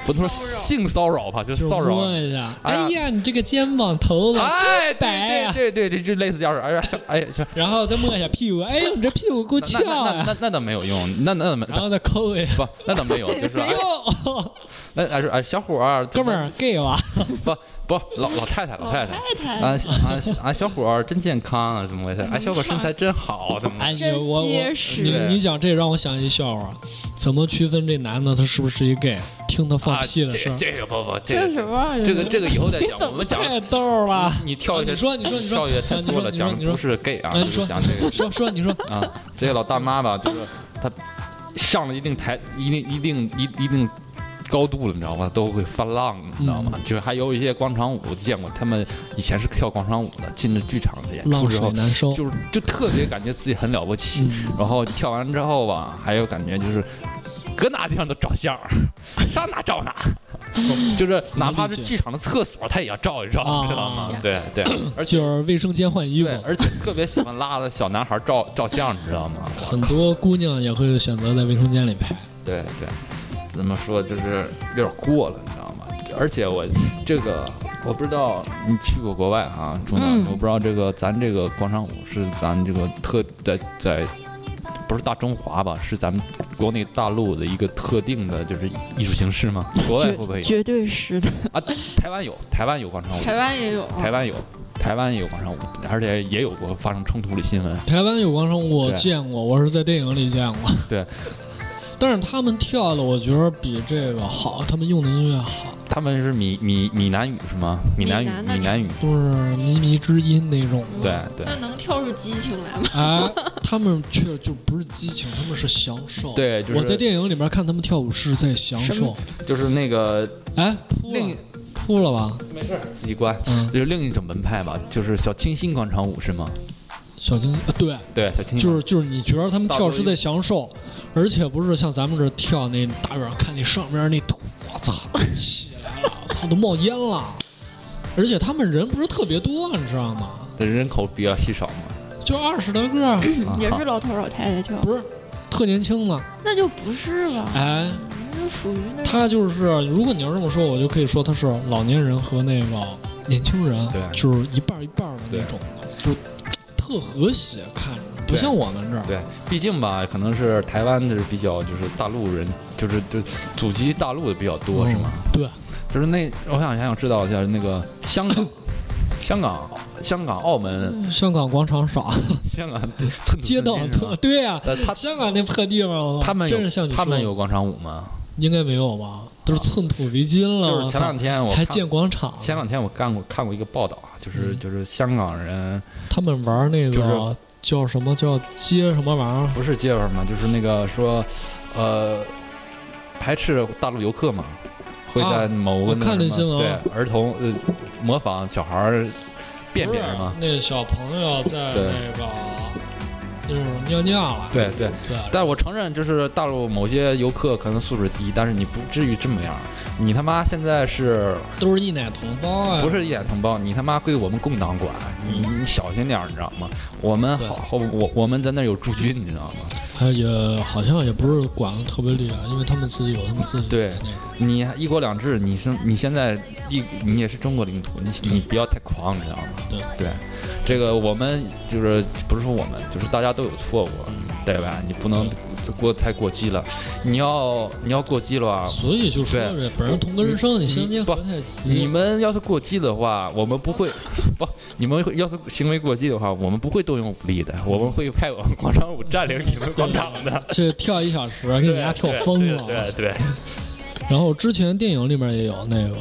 不能说性骚扰吧，就是就是骚扰。摸一下，哎呀哎呀，你这个肩膀头子，哎，逮呀对对对对，就类似这样式哎呀，像哎呀，像然后再摸一下屁股，哎呦，你这屁股够那翘那那呀，那那倒没有用，那那倒没然后再抠一下，不，那倒没有，就是哎哎呦，，哦那哎是哎，小伙儿，哥怎么们儿 gay 吧，不不老老太太老太太。太啊啊啊！小伙儿真健康啊，怎么回事？哎，小伙儿身材真好，怎么？啊哎，你真我我结实你嗯对你讲这让我想一笑话，怎么区分这男的他是不是一 gay？听他放啊屁的这声个儿，这个不不，这什个么？这个这个以后再讲，怎我么们讲太逗了。你跳啊跃，你说你说你说跳跃太啊你多说了，你说讲你说不是 gay 啊，啊你就是说讲这个说说，你 说，啊，这个老大妈吧，就是她上了一定台，一定一定一一定高度了，你知道吗？都会翻浪，你知道嗯吗？就是还有一些广场舞见过，他们以前是跳广场舞的，进了剧场演出浪之水后，难收。就是就特别感觉自己很了不起，哦嗯，然后跳完之后吧，还有感觉就是，搁哪地方都照相儿，上哪照哪，就是哪怕是剧场的厕所，他也要照一照，啊知道吗？对 对，而且就是卫生间换衣服对，，而且特别喜欢拉着小男孩照照相，你知道吗？很多姑娘也会选择在卫生间里拍。对对，怎么说就是有点过了，你知道吗？而且我这个我不知道你去过国外哈、中南，嗯我不知道这个咱这个广场舞是咱这个特在在不是大中华吧，是咱们国内大陆的一个特定的就是艺术形式 吗？国外会不会有绝对是的，啊？台湾有，台湾有广场舞，台湾也有，啊台湾有，台湾也有广场舞，而且也有过发生冲突的新闻。台湾有广场舞我对见过，我是在电影里见过。对， 但是他们跳的我觉得比这个好，他们用的音乐好，他们是闽闽闽南语是吗？闽南语，闽南的闽南语，都是靡靡之音那种。 嗯对对。那能跳出激情来吗？哎，他们却就不是激情，他们是享受。，对，就是我在电影里面看他们跳舞是在享什受么。就是那个哎，扑另了，扑了吧？没事儿，自己关。嗯，就是另一种门派吧，就是小清新广场舞是吗？小金，啊对，对，小清新就是就是，你觉得他们跳是在享受，而且不是像咱们这跳那大远看那上面那土，我操，起来了，我操，都冒烟了。而且他们人不是特别多，啊你知道吗？人口比较稀少嘛。就二十来个，啊也是老头老太太跳，不是特年轻的。那就不是吧？哎，那属于那他就是，如果你要这么说，我就可以说他是老年人和那个年轻人，对就是一半儿一半儿的那种的，就特和谐，看着不对像我们这儿。对，毕竟吧，可能是台湾的比较就是大陆人，就是就祖籍大陆的比较多、嗯是吗？对，就是那我想想想知道一下那个香 港。香港、香港、澳门、香港广场少，香港寸土嗯街道嗯寸金是特吗？对呀、呃，他香港那破地方，他们真是像有你他们有广场舞吗？应该没有吧？都是寸土为金了，就是前两天我嗯还看建广场，前两天我干过看过一个报道啊，就是嗯就是香港人他们玩那就是个叫什么叫街什么玩意儿？不是街友嘛，就是那个说，呃，排斥大陆游客嘛，会在啊某个我那看什这么新闻啊对了儿童呃模仿小孩儿辨别嘛，不是那小朋友在对那个就是尿尿了，对对。对，但我承认，就是大陆某些游客可能素质低，但是你不至于这么样。你他妈现在是都是一奶同胞啊，不是一眼同胞？你他妈归我们共党管，你你小心点儿，你知道吗？我们对好，好我我们在那儿有驻军，你知道吗？他也好像也不是管的特别厉害，因为他们自己有他们自己的对那个，你一国两制，你是你现在一你也是中国领土，你你不要太狂，你知道吗？对对，这个我们就是不是说我们，就是大家都有错误，嗯对吧？你不能过太过激了，你要你要过激了啊！所以就说对这本人同根生，你你相煎何不太急？你们要是过激的话，我们不会 不，你们要是行为过激的话，我们不会动用武力的，嗯我们会派我们广场舞占领你们广场的，这跳一小时，给对嗯你家跳疯了。对对对对，然后之前电影里面也有那个，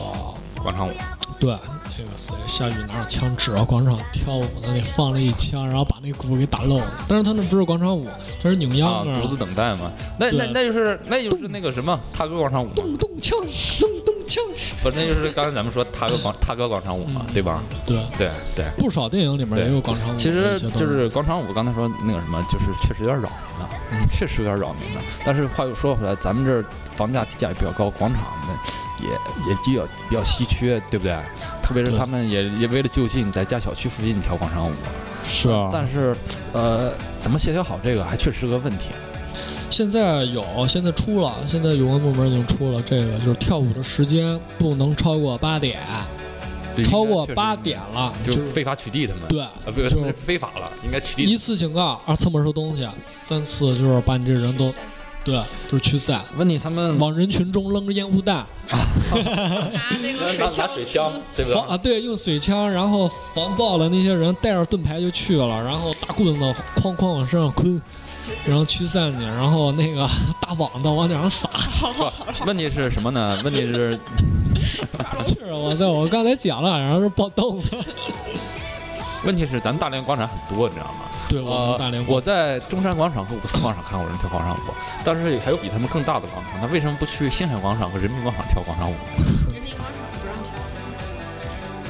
广场舞，对，那个谁下雨拿着枪指着广场跳舞的那放了一枪，然后把那鼓给打漏了。但是他那不是广场舞，他是扭啊秧歌，，独自等待嘛，那那对那就是那就是那个什么，踏歌广场舞嘛。咚咚锵，咚咚锵。不，那就是刚才咱们说踏歌广踏歌广场舞嗯嘛，对吧？对，对对，不少电影里面也有广场舞。其实就是广场舞，刚才说那个什么，就是确实有点扰民了，嗯嗯确实有点扰民了。但是话又说回来，咱们这儿房价地价也比较高，广场呢也也比较比较稀缺，对不对？特别是对他们也也为了就近，在家小区附近跳广场舞，是啊，但是呃，怎么协调好这个还确实是个问题。现在有，现在出了，现在有关部门已经出了这个，就是跳舞的时间不能超过八点，对超应该过确实八点了就是非法取缔他们，对，啊，不是，他们是非法了，应该取缔一。次警告，二次没收东西，三次就是把你这人都对，就是驱散，问你他们往人群中扔个烟雾弹，拿那个拿拿水枪呲，对不防啊对？对，用水枪，然后防爆了那些人，带着盾牌就去了，然后大棍子哐哐往身上抡，然后驱散你，然后那个 大网子往脸上撒。不问题是什么呢？问题是是我对我刚才讲了，然后是爆豆腐。问题是咱大连广场很多，你知道吗？呃对，我们大连我在中山广场和五四广场看过人跳广场舞，但是还有比他们更大的广场，那为什么不去星海广场和人民广场跳广场舞？人民广场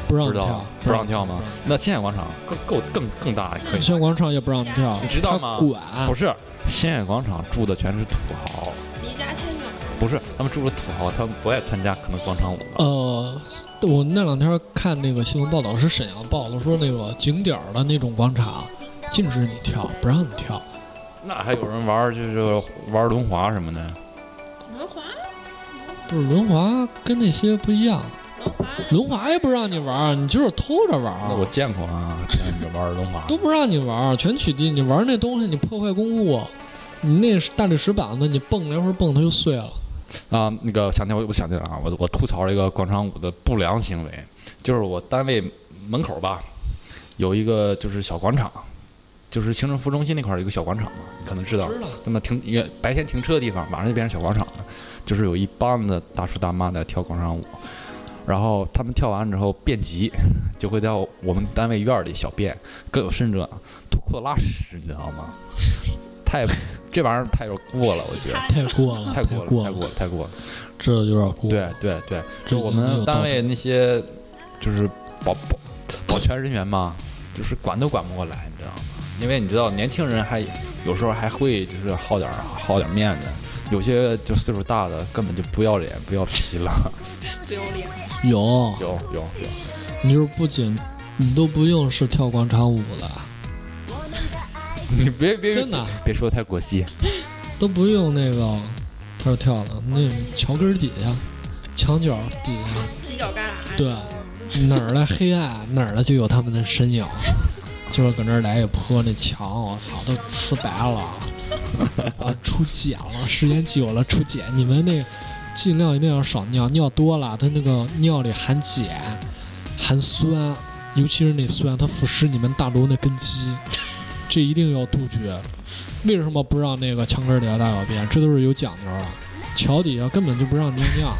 不不让不让跳，知道跳，不让跳吗？？那星海广场更够更更大，可以吗。宣广场也不让跳，你知道吗他管不是，星海广场住的全是土豪，离家太远了。不是他们住的土豪，他们不爱参加可能广场舞吧。呃，我那两天看那个新闻报道，是沈阳报的，说那个景点儿的那种广场啊禁止你跳，不让你跳。那还有人玩儿就是玩儿轮滑什么的，轮滑，不是轮滑跟那些不一样，轮轮滑，滑也不让你玩儿，你就是偷着玩儿。那我见过啊，看着玩儿轮滑都不让你玩儿，全取缔。你玩儿那东西，你破坏公物，你那是大理石板子，你蹦来回蹦，它就碎了。啊，那个想起我，我想起来啊，我我吐槽了一个广场舞的不良行为，就是我单位门口吧，有一个就是小广场，就是行政副中心那块儿有一个小广场嘛，你可能知道。道，那么停也白天停车的地方，晚上就变成小广场了，就是有一帮子大叔大妈在跳广场舞，然后他们跳完之后便急，就会到我们单位院儿里小便，更有甚者脱裤子拉屎，你知道吗？太这玩意儿太过了，我觉得。太过了，太过过了，太过了，了，太过了。这有点过。，对对对，这就已我经很们有单道位德那些就是保保保全人员嘛，就是管都管不过来，你知道吗？因为你知道年轻人还有时候还会就是好点儿好点儿面子，有些就岁数大的根本就不要脸不要皮 了。不要脸。有有有有，你就是不仅你都不用是跳广场舞了，你别别真的别说太过激，都不用那个他说跳了，那桥根儿底下、墙角底下，犄角旮旯。对哪儿的黑暗哪儿的就有他们的身影，就是搁那儿来一泼那墙，我操，都呲白了，啊，出茧了，时间久了出茧，你们那尽量一定要少尿，尿多了它那个尿里含碱、含酸，尤其是那酸，它腐蚀你们大楼那根基，这一定要杜绝。为什么不让那个墙根儿底下大小便？这都是有讲究的。桥底下根本就不让尿尿，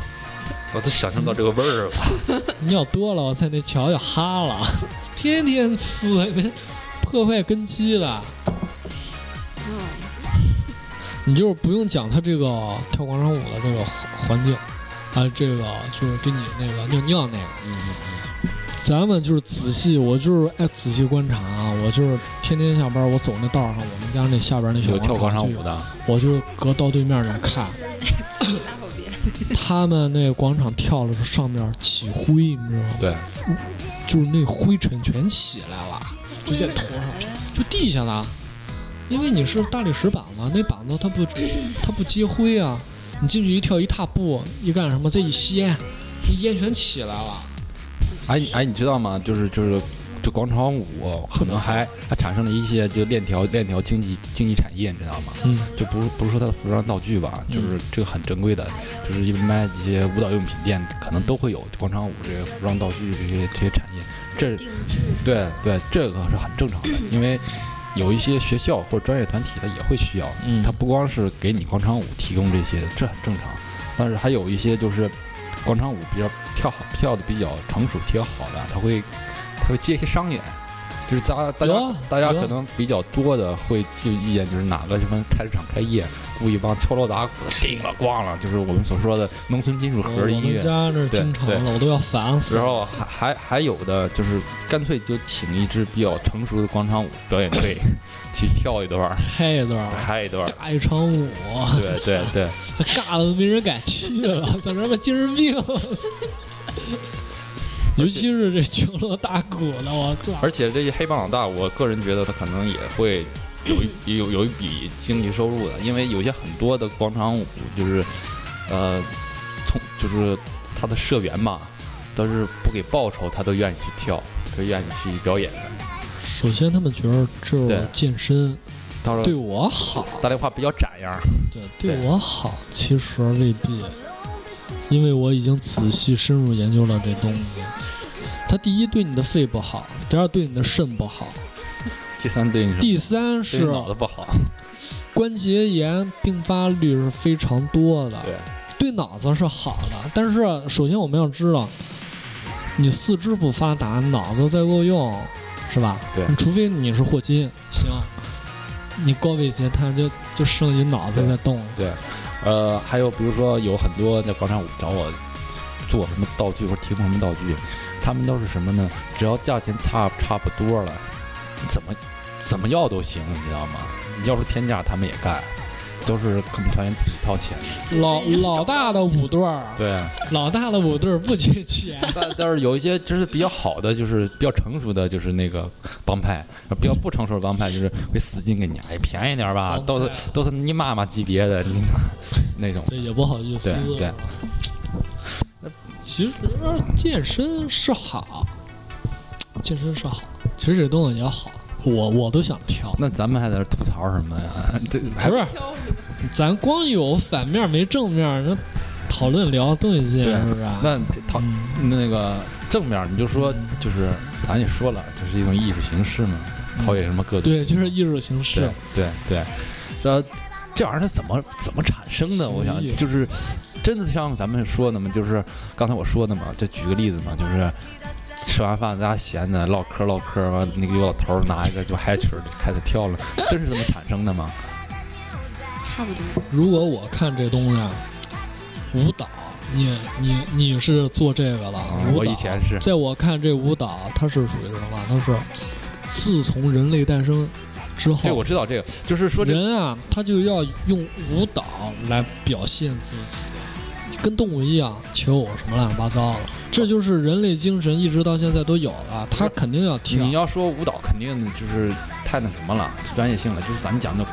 我都想象到这个味儿了。尿多了我在那桥就哈了， 天天呲，那破坏根基了。嗯，你就是不用讲他这个跳广场舞的这个环环境，啊，这个就是给你那个尿尿那个。嗯咱们就是仔细，我就是爱仔细观察啊。我就是天天下班，我走那道上，我们家那下边那小嗯有跳广场就舞有，的，我就隔道对面那看，就是那个大哎后边。他们那广场跳了，上面起灰，你知道吗？对，就是那灰尘全起来了，就在头哎上，就地下了。因为你是大理石板子，那板子它 不它不接灰啊。你进去一跳一踏步，一干什么，再一吸烟，那烟全起来了。哎你哎，你知道吗？就是就是，就广场舞可能还还产生了一些就链条链条经济经济产业，你知道吗？嗯，就不是不是说它的服装道具吧，嗯就是这个很珍贵的，就是一般一些舞蹈用品店可能都会有广场舞这些服装道具这些这些产业，这定制。对对这个是很正常的，因为有一些学校或者专业团体它也会需要，嗯它不光是给你广场舞提供这些，这很正常，但是还有一些就是广场舞比较跳好跳的比较成熟、比较好的，它会它会接一些商演。就是大大有家啊大家有啊可能比较多的会就意见就是哪个什么菜市场开业，雇一帮敲锣打鼓的，叮了咣了，就是我们所说的农村金属我核们音乐。家那儿经常对了，我都要烦死然了。后还还还有的就是干脆就请一支比较成熟的 广场舞表演队去跳一段儿，嗨一段儿，嗨一段儿。尬一场舞，对对对，尬的都没人敢去了， 在这儿吧精神病。尤其是这敲锣打鼓的，我操！而且这些黑帮老大，我个人觉得他可能也会有一有有一笔经济收入的，因为有些很多的广场舞就是，呃，从就是他的社员吧，都是不给报酬，他都愿意去跳，都愿意去表演的。首先他们觉得只有对健身到时对候我好，大连话比较展样儿，对对对我好，其实未必，因为我已经仔细深入研究了这东西。它第一对你的肺不好，第二对你的肾不好，第三对你第三是是啊脑子不好，关节炎并发率是非常多的。对，对脑子是好的，但是首先我们要知道，你四肢不发达，脑子再够用，是吧？对你除非你是霍金，行，你高位截瘫就就剩你脑子在动了。呃，还有比如说有很多那广场舞找我做什么道具或者提供什么道具，他们都是什么呢？只要价钱差差不多了，你怎么怎么要都行，你知道吗？你要是天价，他们也干，都是我们团员自己掏钱。老老大的舞队儿，对，老大的舞队儿不缺钱，但但是有一些就是比较好的，就是比较成熟的，就是那个帮派，比较不成熟的帮派，就是会死劲给你，哎，便宜点儿吧，都是都是你妈妈级 别的，你那种。对，也不好意思。对对，其实健身是好，健身是好，其实这东西也好，我我都想跳。那咱们还在这吐槽什么呀？这还不是，咱光有反面没正面，那讨论聊东西去对是不是啊？那讨嗯那个正面，你就说就是咱也说了，这是一种艺术形式嘛，陶冶什么各种嗯对，就是艺术形对式，对对，呃，这玩意儿它怎么怎么产生的？什么我想意思就是真的像咱们说的嘛，就是刚才我说的嘛，这举个例子嘛，就是吃完饭大家闲的唠嗑唠嗑，完那个有老头儿拿一个就嗨曲儿就开始跳了，真是这么产生的吗？差不多。如果我看这东西，啊，舞蹈，你你你是做这个了，啊舞蹈我以前是在我看这舞蹈，它是属于什么？它是自从人类诞生之对，后我，知道这个，就是说这个人啊，他就要用舞蹈来表现自己，跟动物一样，求偶什么乱七八糟的，这就是人类精神一直到现在都有了，他肯定要跳你。要说舞蹈，肯定就是太那什么了，专业性了。就是咱们讲的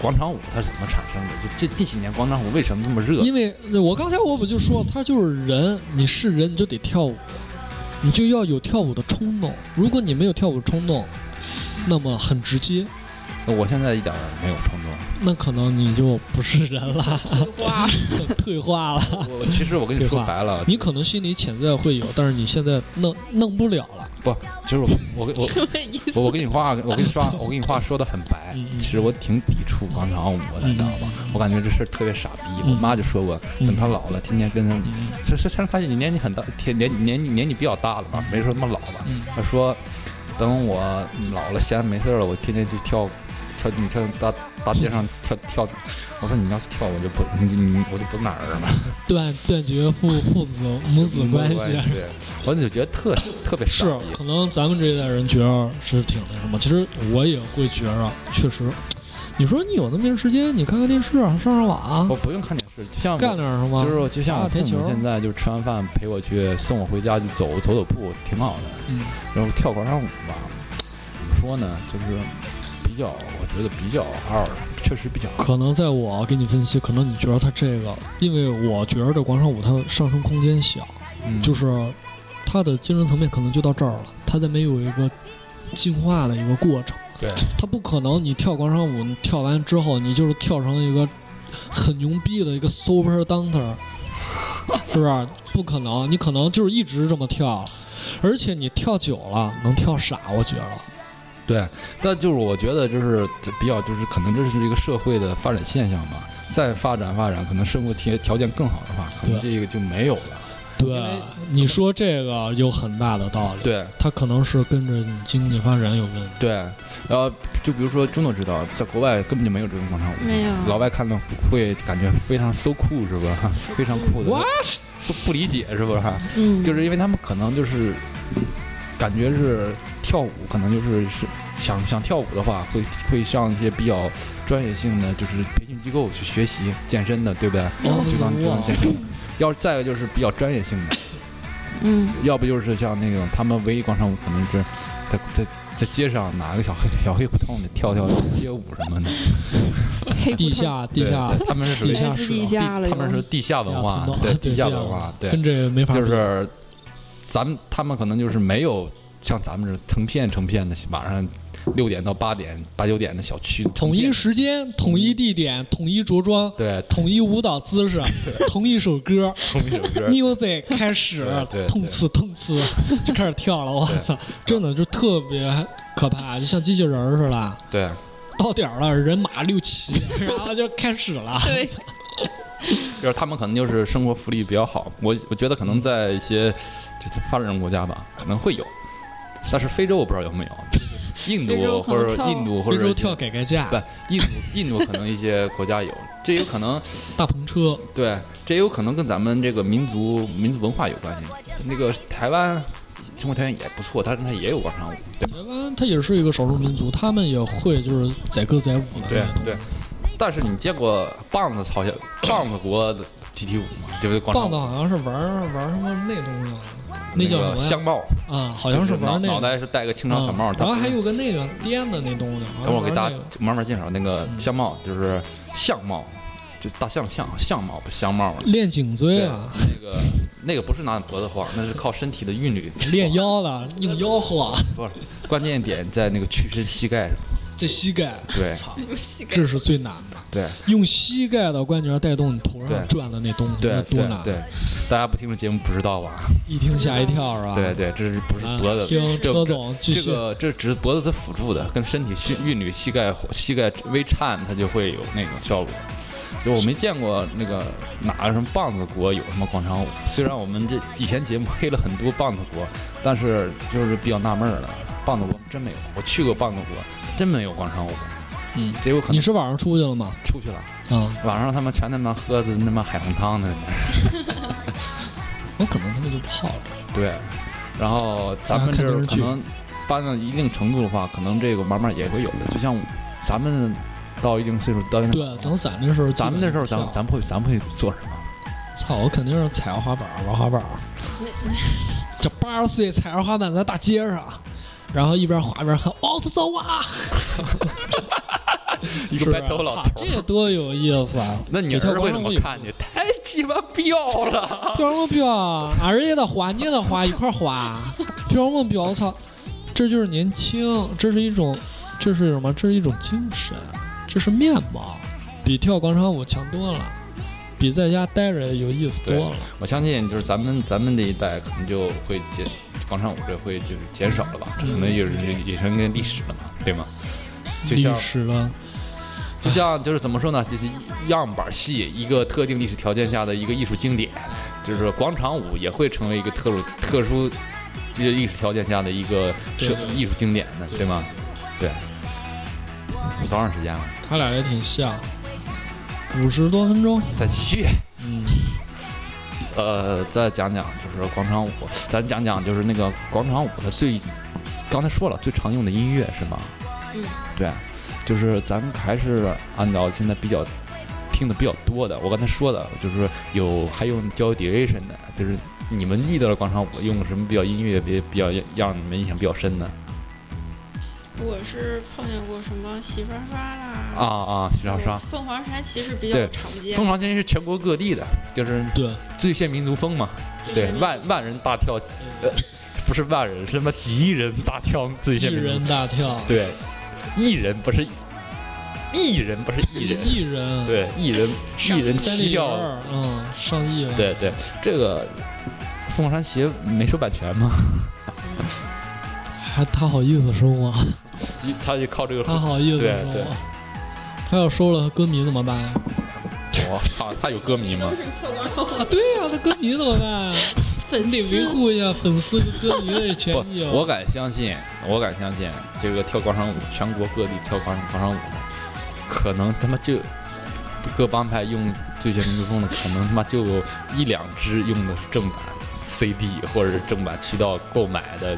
广场舞，它是怎么产生的？就这这几年广场舞为什么这么热？因为我刚才我不就说，他就是人，你是人你就得跳舞，你就要有跳舞的冲动。如果你没有跳舞冲动，那么很直接，我现在一点儿没有冲动。那可能你就不是人了， 哇， 退化了。我我其实我跟你废说话白了，你可能心里潜在会有，但是你现在弄弄不了了。就是我我我什么意思？我我跟你话，我跟你说，啊我跟你话说的很白嗯。嗯其实我挺抵触广场舞的，你知道吗？我感觉这事儿特别傻逼。嗯我妈就说过，嗯等她老了，天天跟她，嗯这这才发现你年纪很大，天年年纪年纪比较大了嘛，没说那么老了。嗯他说，等我老了闲着没事儿了，我天天去跳跳，你跳大大街上跳跳。我说你要是跳，我就不你你我就不那儿了。断断绝父父子母子关系。啊对，我就觉得特特别傻是，逼。可能咱们这一代人觉着是挺那什么，其实我也会觉着，确实，你说你有那么些时间，你看看电视，上上网啊，我不用看电视，就像干我点什么？就是我就像我打打父台母球现在就吃完饭陪我去送我回家去走走走步，挺好的。嗯，然后跳广场舞吧，怎么说呢，就是比较我觉得比较二，确实比较二。可能在我给你分析，可能你觉得它这个，因为我觉得这广场舞它上升空间小，嗯就是它的精神层面可能就到这儿了，它再没有一个进化的一个过程，对它不可能你跳广场舞，你跳完之后你就是跳成一个很牛逼的一个 super dancer，是不是？不可能，你可能就是一直这么跳，而且你跳久了能跳傻，我觉得。对，但就是我觉得就是比较就是可能这是一个社会的发展现象吧。再发展发展，可能生活条条件更好的话，可能这个就没有了。因为对，你怎么说这个有很大的道理。对它可能是跟着你经济发展有问题。对，然后就比如说中都知道，在国外根本就没有这种广场舞，没有老外看了会感觉非常 so cool 是吧？非常酷的 What？不不理解是不是？嗯，就是因为他们可能就是感觉是跳舞，可能就是是想想跳舞的话，会会上一些比较专业性的就是培训机构去学习健身的，对不对？哦就当就当健哇身的。要是再一个就是比较专业性的，嗯，要不就是像那种他们唯一广场舞可能是在在在街上拿个小黑小黑胡同里跳跳街舞什么的。地下地对下对他们是属于地下自室己地家了，他们是地下文地下化通道，对对地下地下文化，对，跟这个没法比就是咱们他们可能就是没有像咱们这成片成片的晚上六点到八点八九点的小区统一时间、统一地点、统一着装、对统一舞蹈姿势、同一首歌同一首 歌。 ，music 开始对对，痛呲痛 呲就开始跳了。我对操，真的就特别可怕，就像机器人儿似的。对，到点儿了，人马六 七，然后就开始了。对，就是他们可能就是生活福利比较好，我我觉得可能在一些就是发展中国家吧，可能会有，但是非洲我不知道有没有，印非度洲可或能者跳印度或非者洲一些跳改革架不、印度印度可能一些国家有，这有可能大篷车，对，这也有可能跟咱们这个民族民族文化有关系。那个台湾，中国台湾也不错，但是它也有广场舞，对吧台湾它也是一个少数民族，他们也会就是载歌载舞的那对种东西。对。但是你见过棒子朝鲜棒子国的集体舞吗？就是广场棒舞子好像是玩儿玩儿什么那东西了，那叫个什么香爆，呀？啊，好像就玩脑儿那脑个。袋是戴个清朝小帽，嗯它然后不还是有个那个颠的那东西，好像等会儿我给大玩儿那家个慢慢介绍那个嗯相貌，就是相貌，就大象象相貌不相貌了。练颈椎对啊，，那个那个不是拿脖子晃，那是靠身体的韵律。练腰了，用腰晃，不是，关键点在那个屈伸膝盖上。这膝盖， 对操，膝盖这是最难的，对，用膝盖的关节带动你头上对转的那东西，对那多对难！对，大家不听这节目不知道吧？一听吓一跳是吧？对对，这是不是啊脖子？听这车总继这续，个这只是脖子辅助的，跟身体韵韵律、膝盖膝盖微颤，它就会有那个效果。就我没见过那个哪个什么棒子国有什么广场舞，虽然我们这以前节目黑了很多棒子国，但是就是比较纳闷儿了，棒子国真没有。我去过棒子国，真没有广场舞。嗯，结果可你能是晚上出去了吗？出去了，啊，晚上他们全他妈喝的他妈海红汤呢。我可能他们就泡了，对，然后咱们这儿可能搬到一定程度的话，可能这个慢慢也会有的。就像咱们到一定岁数，到一定对，等咱那时候基咱本上就跳了，们那时候，咱们咱们会咱们会做什么？操，我肯定是踩着滑板玩滑板。这八十岁踩着滑板在大街上，然后一边滑一边喊 “out the way”，一是不是操这多有意思啊！那你你跳儿广为什场舞么也看不你？太鸡巴彪了！标什么标啊？俺人也得滑，你也得滑，一块儿滑。标什么标？我操，这就是年轻，这是一种，这是什么？这是一种精神，这是面貌，比跳广场舞强多了，比在家待着有意思多了。 我相信就是咱们咱们这一代可能就会减广场舞这会就是减少了吧，这可能也是也成跟历史了嘛，对吗？就历像史了，就像就是怎么说呢，就是样板戏一个特定历史条件下的一个艺术经典，就是广场舞也会成为一个特殊特殊这些历史条件下的一个对社对艺术经典的，对吗？对。嗯多长时间了？他俩也挺像，五十多分钟。再继续，嗯，呃，再讲讲就是广场舞，咱讲讲就是那个广场舞它最，刚才说了最常用的音乐是吗？嗯，对，就是咱们还是按照现在比较听的比较多的，我刚才说的就是有还用教 duration 的，就是你们遇到了广场舞用什么比较音乐比比较让你们印象比较深的我是碰见过什么洗刷刷啦啊，啊，徐少刷。凤凰山其实比对较常见凤，凰真是全国各地的，就是对，最炫民族风嘛，对，万万人大跳，呃，不是万人，是什么几亿人大跳最一炫民族风人大跳，对，艺人不是艺人，不是艺人，一人，对，艺人艺人三七里调，人，嗯，上亿了。对对，这个凤凰山鞋没收版权吗？还他好意思收吗？ 他就靠这个他火，好意思对收对吗？他要收了，他歌迷怎么办呀？我操，他有歌迷吗？啊，对呀、他歌迷怎么办？ 粉你得维护一下粉丝和歌迷的权益啊！不， 我敢相信，我敢相信，这个跳广场舞，全国各地跳广广场舞的，可能他妈就各帮派用最炫民族风的，可能他妈就有一两支用的是正版 CD 或者是正版渠道购买的，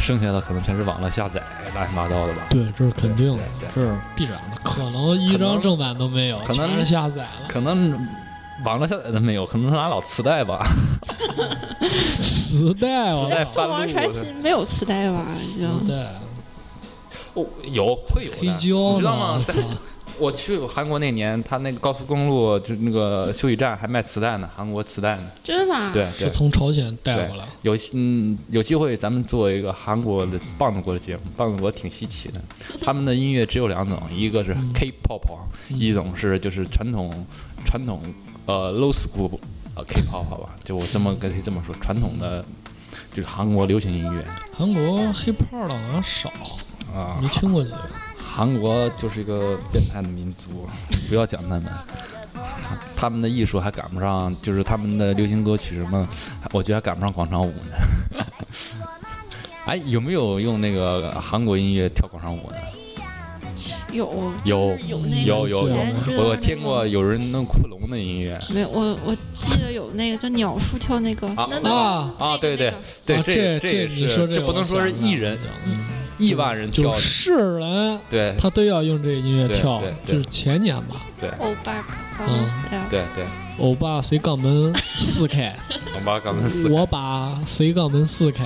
剩下的可能全是网络下载乱七八糟的吧。对，这是肯定的，对这是必然的，可能一可能张正版都没有，可能全是下载了。可能网络下载的没有，可能拿老磁带吧，磁带，我磁带操哦翻录了凤凰传奇没有磁带吧？已经磁带，哦，有会有黑的，胶你知道呢吗？在我去韩国那年，他那个高速公路就那个休息站还卖磁带呢，韩国磁带呢。真的啊？ 对是对，从朝鲜带过来。有嗯有机会咱们做一个韩国的棒子国的节目，棒子国挺稀奇的，他们的音乐只有两种，一个是 K-pop，、啊嗯一种是就是传统传统呃 low school 呃 K-pop 好吧，就我这么可以这么说，传统的就是韩国流行音乐韩国 hiphop 的好像少，啊、没听过几个。韩国就是一个变态的民族， 不要讲他们。他们的艺术还赶不上，就是他们的流行歌曲什么，我觉得还赶不上广场舞呢。 哎，有没有用那个韩国音乐跳广场舞呢？有有有那个有有以前有知道那我个见过有人弄库龙的音乐没有，我我记得有那个叫鸟叔跳那个啊那那啊啊，对对那啊对，个这这这也你是说这不能说是艺人亿万人跳啊就，是人对他都要用这个音乐对跳对，就对是前年吧，欧巴嗯对啊对对，欧巴谁杠门四 K，我把刚才 四个我把谁杠门四 K，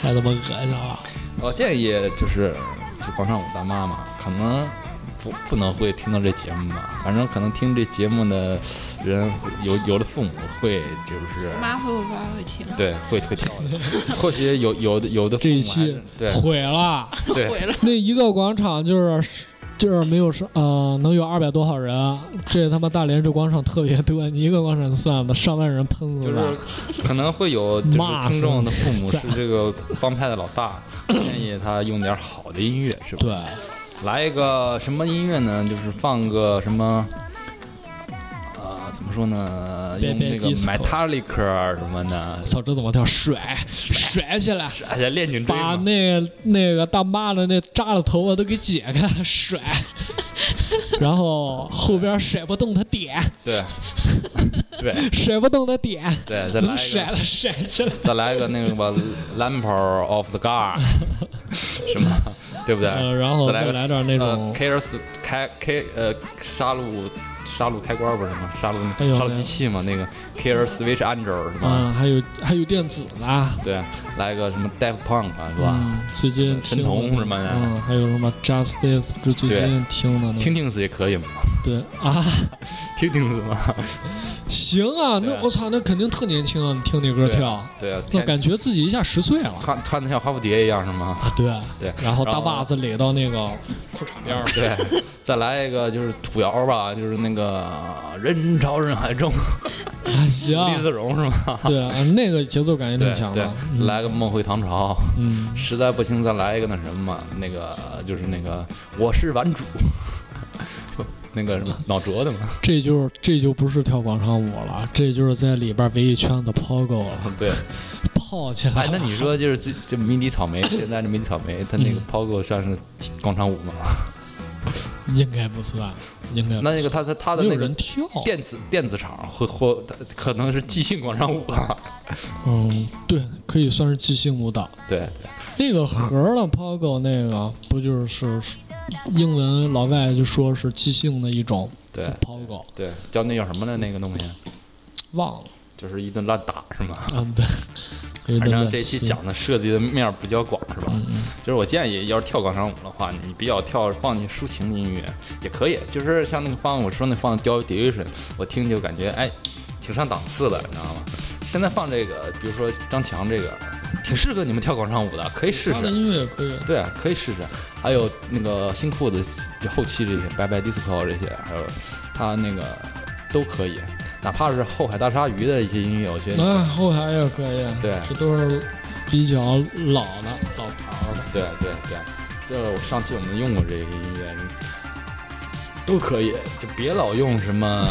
太他妈恶心了。我哦建议就是就广场舞大妈嘛，可能不不能会听到这节目吧，反正可能听这节目的人有有的父母会就是妈会我爸会听，对会会跳的，或许有有的有的父这一母还期是对毁了，对毁了。那一个广场就是。就是没有是呃，能有二百多号人，这他妈大连这广场特别多，你一个广场算了，上万人喷死就了是。可能 会有就是听众的父母骂是死这个帮派的老大，建议他用点好的音乐是吧？对，来一个什么音乐呢？就是放个什么，呃，怎么说呢？别用别那个 disco Metallica 什么的，操，这怎么跳？甩甩起来，哎呀，练颈椎把嘛。那个那个大妈的那扎的头发都给解开，甩，然后后边甩不动她点， 对，对甩不动她点，对，再来能一甩个，了甩起来。再来一个那个吧，Lamper of the God，什么，对不对？嗯，然后再再个来点那种呃 K 二四开 K 呃杀戮杀戮开关不是吗？杀戮哎呦杀戮机器嘛，那个 K 二 Switch Angel 是吧？嗯，还有还有电子啦，对，来一个什么 Daft Punk 啊是吧？嗯最近神听的童什么的嗯，还有什么 Justice，这最近听的那个听听子也可以嘛， 对啊，听听子嘛。行啊，对那我操，那肯定特年轻啊！你听那歌跳， 对啊，那天感觉自己一下十岁了。穿穿的像花蝴蝶一样 是吗？啊，对对然后然大后袜子勒到那个裤衩边儿，对，再来一个就是土窑吧，就是那个人潮人海中，啊行，李子荣是 吗？对， 啊那个节奏感也挺对强对的。嗯，来个梦回唐朝， 嗯，实在不行再来一个那什么嘛，那个就是那个我是顽主， 那个什么脑浊的嘛， 这就是这就不是跳广场舞了，这就是在里边围一圈子抛 o 了， 对。泡起来哎了。，那你说就是这这迷笛草莓，现在这迷笛草莓，它那个嗯 POGO 算是广场舞吗？应该不算，应该那那个它它它的没有那个人跳。电子电子厂会或它可能是即兴广场舞啊吧？嗯，对，可以算是即兴舞蹈。对那个盒儿的 pogo 那个不就是英文老外就说是即兴的一种对 pogo，对，叫那叫什么的那个东西，忘了，就是一顿乱打是吗？嗯，对。有反点正乱这期七，讲的涉及的面儿比较广是吧？嗯嗯，就是我建议，要是跳广场舞的话，你比较跳放进抒情的音乐也可以，就是像那个放我说那放 Joy Division，我听就感觉哎，挺上档次的，你知道吗？现在放这个，比如说张强这个，挺适合你们跳广场舞的，可以试他的试。音乐也可以。对啊，可以试试。还有那个新裤子后期这些，拜拜 disco 这些，还有他那个都可以，哪怕是后海大鲨鱼的一些音乐，我觉得那后台也可以，对这都是比较老的老牌儿的。对对对，这我上期我们用过这个音乐，都可以，就别老用什么，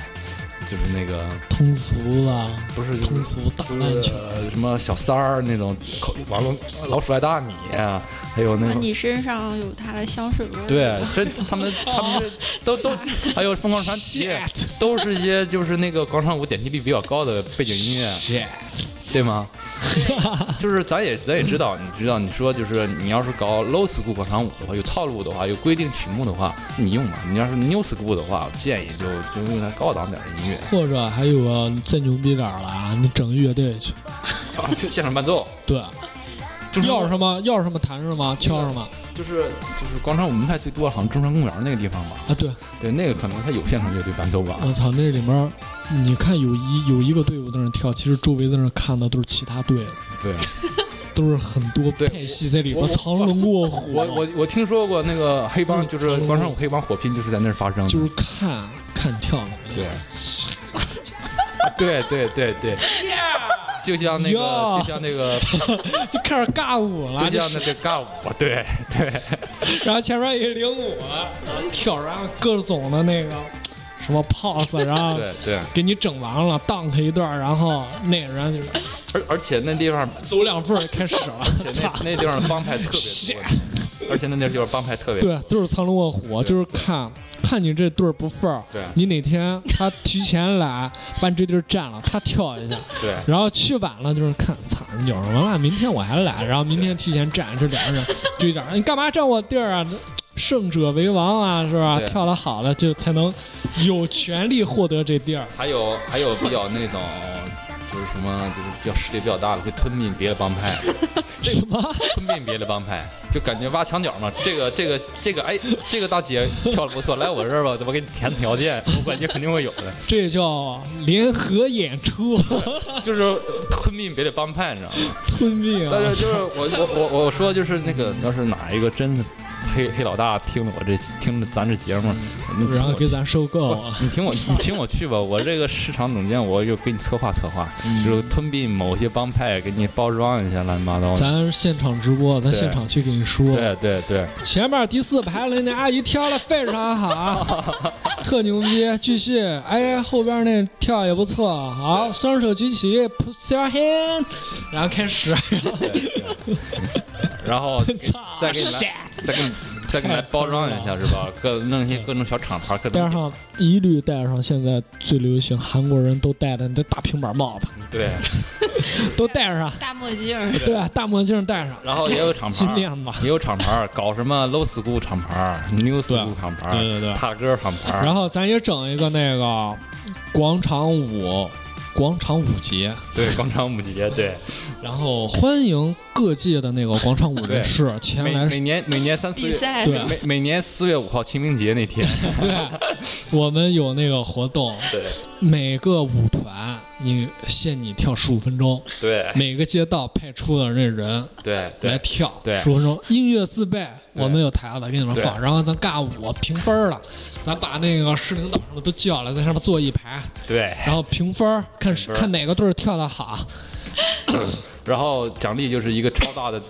就是那个通俗啦，不是就通是。俗大就烂是球，呃什么小三儿那种，口王龙老鼠爱大米啊，还有那啊，种你身上有他的香水味儿。对，这他们他们这都都还有疯狂传奇， Shit 都是一些就是那个广场舞点击率比较高的背景音乐。 shit，对吗？就是咱也咱也知道，你知道，你说就是你要是搞 low school 广场舞的话，有套路的话，有规定曲目的话，你用吧。你要是 new school 的话，我建议就就用它高档点的音乐，或者还有啊，你再牛逼点儿了啊，你整个乐队去，啊，就现场伴奏。对，就是要什么要什么弹什么，敲什么 就是就是广场舞门派最多，好像中山公园那个地方吧。啊！对，对，那个可能他有现场乐队伴奏吧。我操，那里面儿你看有一有一个队伍在那儿跳，其实周围在那儿看的都是其他队的，对，都是很多对派系在里边我儿藏龙卧虎。啊我我我听说过那个黑帮，就是广场舞黑帮火拼，就是在那儿发生嗯的。就是看看跳的，对，对对对对，就像那个，呀就像那个， 就开始尬舞了，就像那个尬舞，对对然后前面一领舞，然后跳，然后各种的那个什么 pose，然后对对，给你整完了，dunk 一段，然后那个人就 而而且那地方，走两步就开始了，而且操那！那地方帮派特 别多，而且那地方帮派特别多，对，都是藏龙卧虎，就是看看你这对儿不忿儿。对你哪天他提前来，把你这地儿占了，他跳一下，对然后去晚了就是看，操，有什么了？明天我还来，然后明天提前占，这两个人就一点儿，你干嘛占我地儿啊？ 胜者为王啊，是吧对？跳得好了就才能有权利获得这地儿。还有还有比较那种。就是什么，就是比较势力比较大的，会吞并别的帮派， 什么？吞并别的帮派，就感觉挖墙角嘛。这个这个这个，哎，这个大姐跳的不错，来我这儿吧，我给你填条件，我感觉肯定会有的。这叫联合演出， 就是吞并别的帮派，你知道吗？吞并但啊！是就是我我我我说就是那个，要是哪一个真的黑黑老大听了我这听了咱这节目，你听然后我给咱收购啊。不你听我你听我去吧， 我这个市场总监我又给你策划策划，嗯就是吞并某些帮派，给你包装一下乱七八糟的。咱现场直播，咱对现场去给你说。对对对，前面第四排的那阿姨跳的非常好，啊 特牛逼。继续，哎，后边那跳也不错。好，双手举起，put your hand，然后开始。 哎对对然后再给你来，再给你再给你来包装一下是吧？各弄一些各种小厂牌，各戴种上一律戴上现在最流行韩国人都戴的那大平板帽子，对，都戴上。大墨镜儿，对对，啊大墨镜戴上，然后也有 厂金牌。链子吧。也有厂牌儿搞什么 low school 厂牌儿、new 对啊 school 厂牌儿，对对对。踏歌厂牌儿，然后咱也整一个那个广场舞，广场舞节。对广场舞节，对然后欢迎各界的那个广场舞人士前每来。每年每年三四比月，赛对每每年四月五号清明节那天， 对，我们有那个活动，对每个舞团你限你跳十五分钟，对每个街道派出的那人对来哎对跳对十五分钟，音乐自备，对我们有台子给你们对放，然后咱尬舞评分儿了，咱把那个市领导什么都叫来，在上面坐一排，对，然后评分儿，看评分儿看哪个队儿跳得好，然后奖励就是一个超大的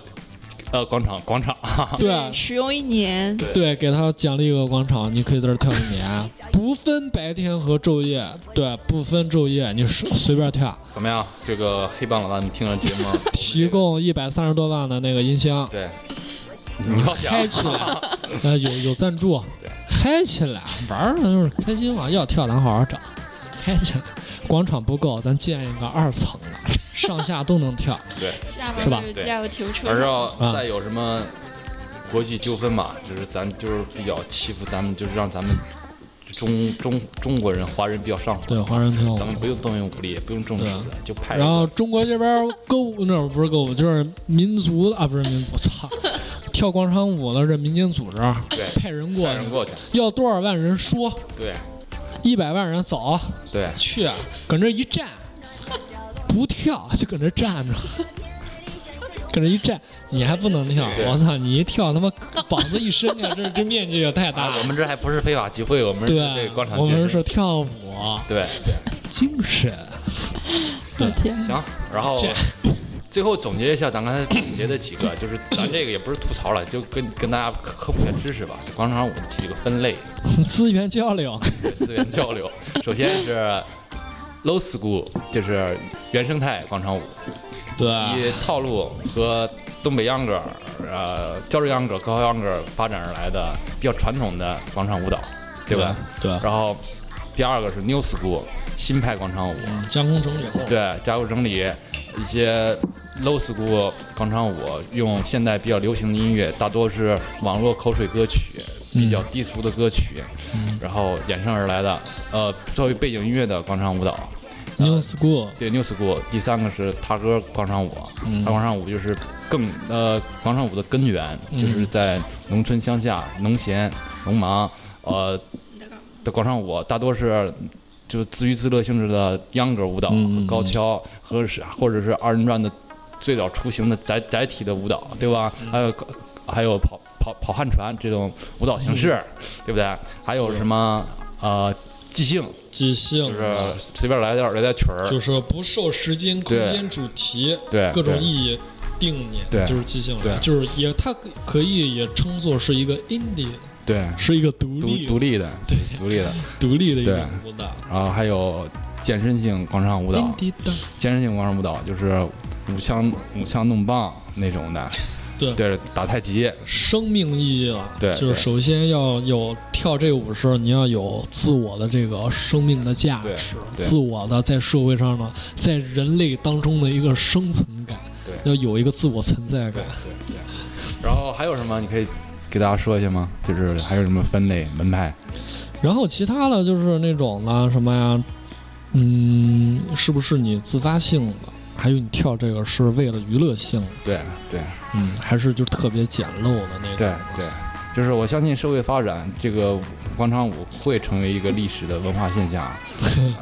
呃广场广场，对。啊使用一年，对，给他奖励一个广场，你可以在这儿跳一年，不分白天和昼夜，对，不分昼夜，你随随便跳。怎么样？这个黑帮老大，你听了节目，提供一百三十多万的那个音箱，对，你要想嗨起来，呃，有有赞助对，嗨起来，玩儿的就是开心嘛，要跳咱好好整，嗨起来。广场不够，咱建一个二层的，上下都能跳。下是面吧就是加油停车，然后啊再有什么国际纠纷嘛，就是咱就是比较欺负咱们，就是让咱们中中中国人华人比较上火，对，华人跳舞咱。们不用动用武力，也不用政治的，就派哦啊一然后个中国这边歌舞那不是歌舞，就是民族啊，不是民族，操，跳广场舞的这民间组织对派人过派人去，过去，要多少万人说，对一百万人走对，去，搁那一站，不跳就搁那站着。 搁那一站，你还不能跳对？我操！你一跳，他妈膀子一伸开，这这面积也太大啊， 我了。们这还不是非法集会，我们是对啊这个广，场我健们身是，跳舞对，精神。我天，行，然后这。最后总结一下，咱刚才总结的几个，就是咱这个也不是吐槽了，就跟跟大家科普一下知识吧。广场舞的几个分类，资源交 流，资源交流。首先是 low school，就是原生态广场舞，对以套路和东北秧歌儿、呃胶州秧歌儿、高校秧歌儿发展而来的比较传统的广场舞蹈，对吧？？对，然后第二个是 new school，新派广场舞，嗯加工整理后，对，加入整理一些 low school 广场舞，用现代比较流行的音乐，大多是网络口水歌曲，比较低俗的歌曲，嗯然后衍生而来的，呃，作为背景音乐的广场舞蹈。 New School，对 New School，第三个是踏歌广场舞，嗯踏广场舞就是更呃广场舞的根源，嗯就是在农村乡下、农闲、农忙呃的广场舞，大多是就自娱自乐性质的秧歌舞蹈、嗯嗯和高跷和是或者是二人转的最早雏形的载载体的舞蹈，对吧？嗯还有还有跑跑跑旱船这种舞蹈形式，嗯对不对？还有什么呃即兴，即兴就是随便来点儿来点儿曲儿，嗯就是不受时间、空对间、主题对各种哎对意义定你，对就是即兴对的，就是也它可可以也称作是一个 indie，对。是一个独独立独立的，对独立的，独立的一对种舞蹈。然后还有健身性广场舞蹈， indie 的，健身性广场舞蹈就是舞枪舞枪弄棒那种的，对对，打太极，生命意义了。对就是对首先要有跳这舞的时候，你要有自我的这个生命的价对值，对自我的在社会上呢，在人类当中的一个生存感，对要有一个自我存在感。对。然后还有什么？你可以给大家说一下吗？就是还有什么分类门派？然后其他的就是那种呢，什么呀，嗯，是不是你自发性的？还有你跳这个是为了娱乐性的，对对嗯，还是就特别简陋的那种。对对，就是我相信社会发展，这个广场舞会成为一个历史的文化 现象。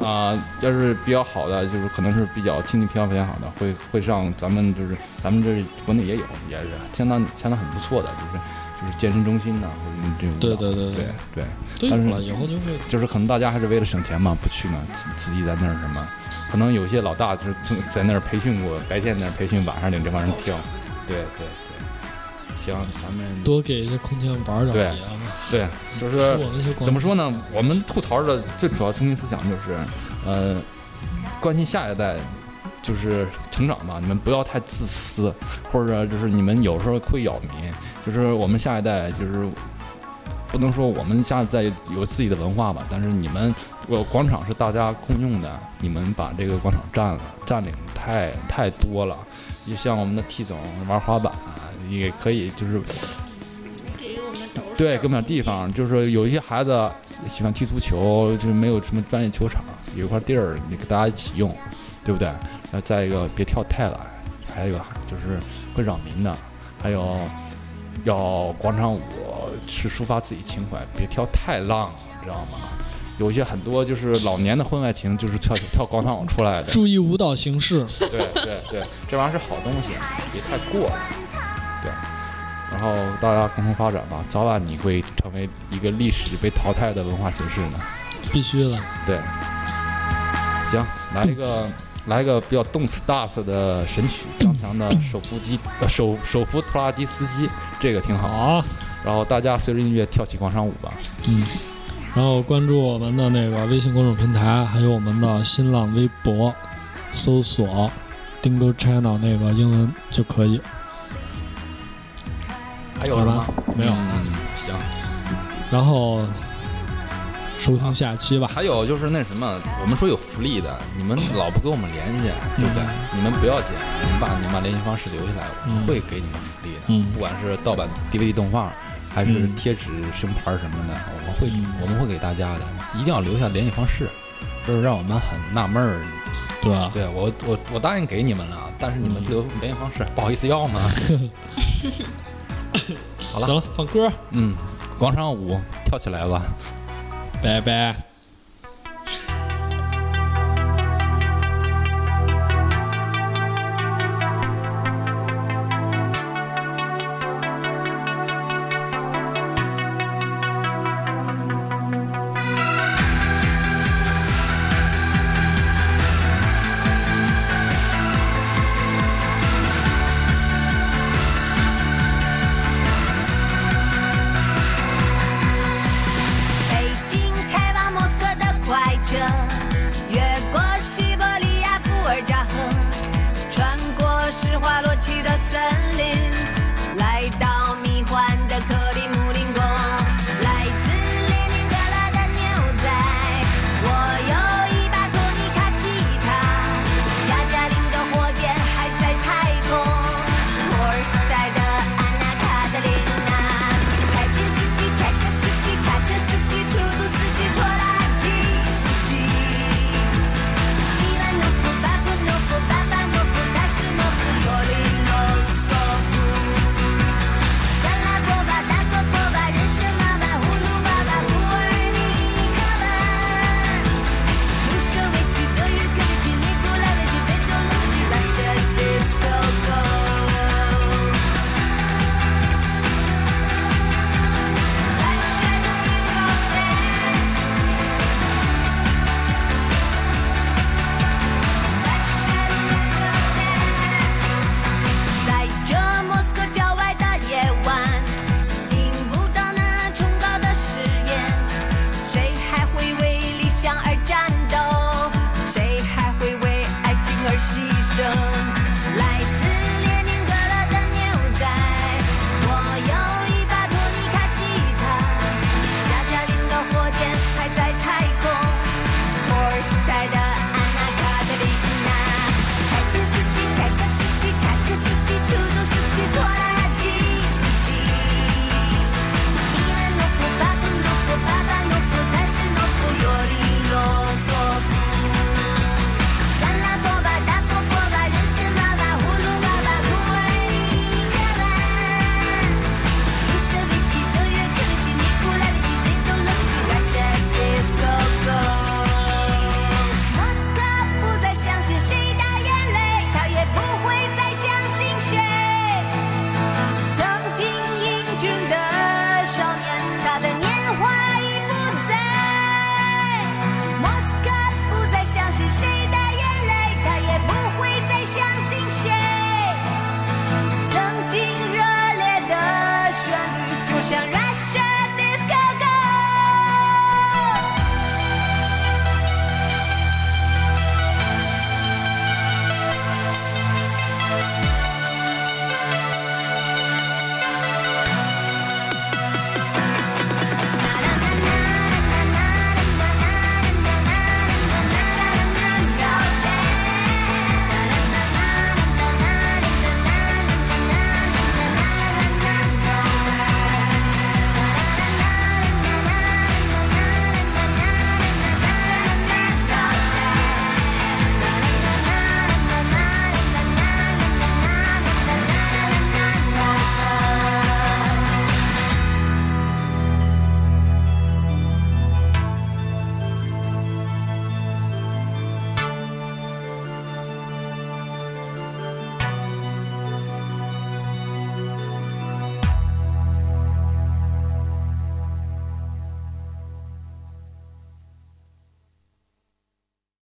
啊、要是比较好的，就是可能是比较经济条件好的，会会上咱们就是咱们这国内也有，也是相当相当很不错的，就是就是健身中心呐、或者这种舞蹈对对对对对，对，但对是了，以后就会就是可能大家还是为了省钱嘛，不去呢，自自己在那儿什么，可能有些老大就是从在那儿培训过，白天在那儿培训，晚上领这帮人跳，对对对，行，咱们多给一些空间玩点别的。对，就是我们就怎么说呢？我们吐槽的最主要中心思想就是，呃，关心下一代，就是成长吧。你们不要太自私，或者就是你们有时候会扰民。就是我们下一代，就是不能说我们下一代有自己的文化吧，但是你们，我广场是大家共用的，你们把这个广场占了，占领太太多了。就像我们的 T 总玩滑板，啊也可以就是给我们都对，根本上地方就是有一些孩子喜欢踢足球，就是没有什么专业球场，有一块地儿你给大家一起用，对不对？然后再一个别跳太晚，还有一个就是会扰民的，还有要广场舞是抒发自己情怀，别跳太浪，知道吗？有一些很多就是老年的婚外情，就是跳跳广场舞出来的， 注意舞蹈形式，对对对，这玩意儿是好东西，别太过了。对，然后大家共同发展吧，早晚你会成为一个历史被淘汰的文化形式呢。必须的。对，行，来一个来一个比较动次大次的神曲，张强的手扶机呃手手扶拖拉机司机，这个挺好 好。啊，然后大家随着音乐跳起广场舞吧。嗯，然后关注我们的那个微信公众平台，还有我们的新浪微博，搜索 “Dingo China” 那个英文就可以。还有什么？没有。嗯，行。然后收听下期吧。还有就是那什么，我们说有福利的，你们老不跟我们联系，对不对？你们不要紧，你们把你们把联系方式留下来，我们嗯会给你们福利的。嗯不管是盗版 DVD 动画，还是嗯贴纸、胸牌什么的，我们会、嗯我们会给大家的，一定要留下联系方式。就是让我们很纳闷儿，对啊吧？对我我我答应给你们了，但是你嗯们留联系方式，不好意思要吗？ 好了行了，放歌，嗯，广场舞跳起来吧。拜拜。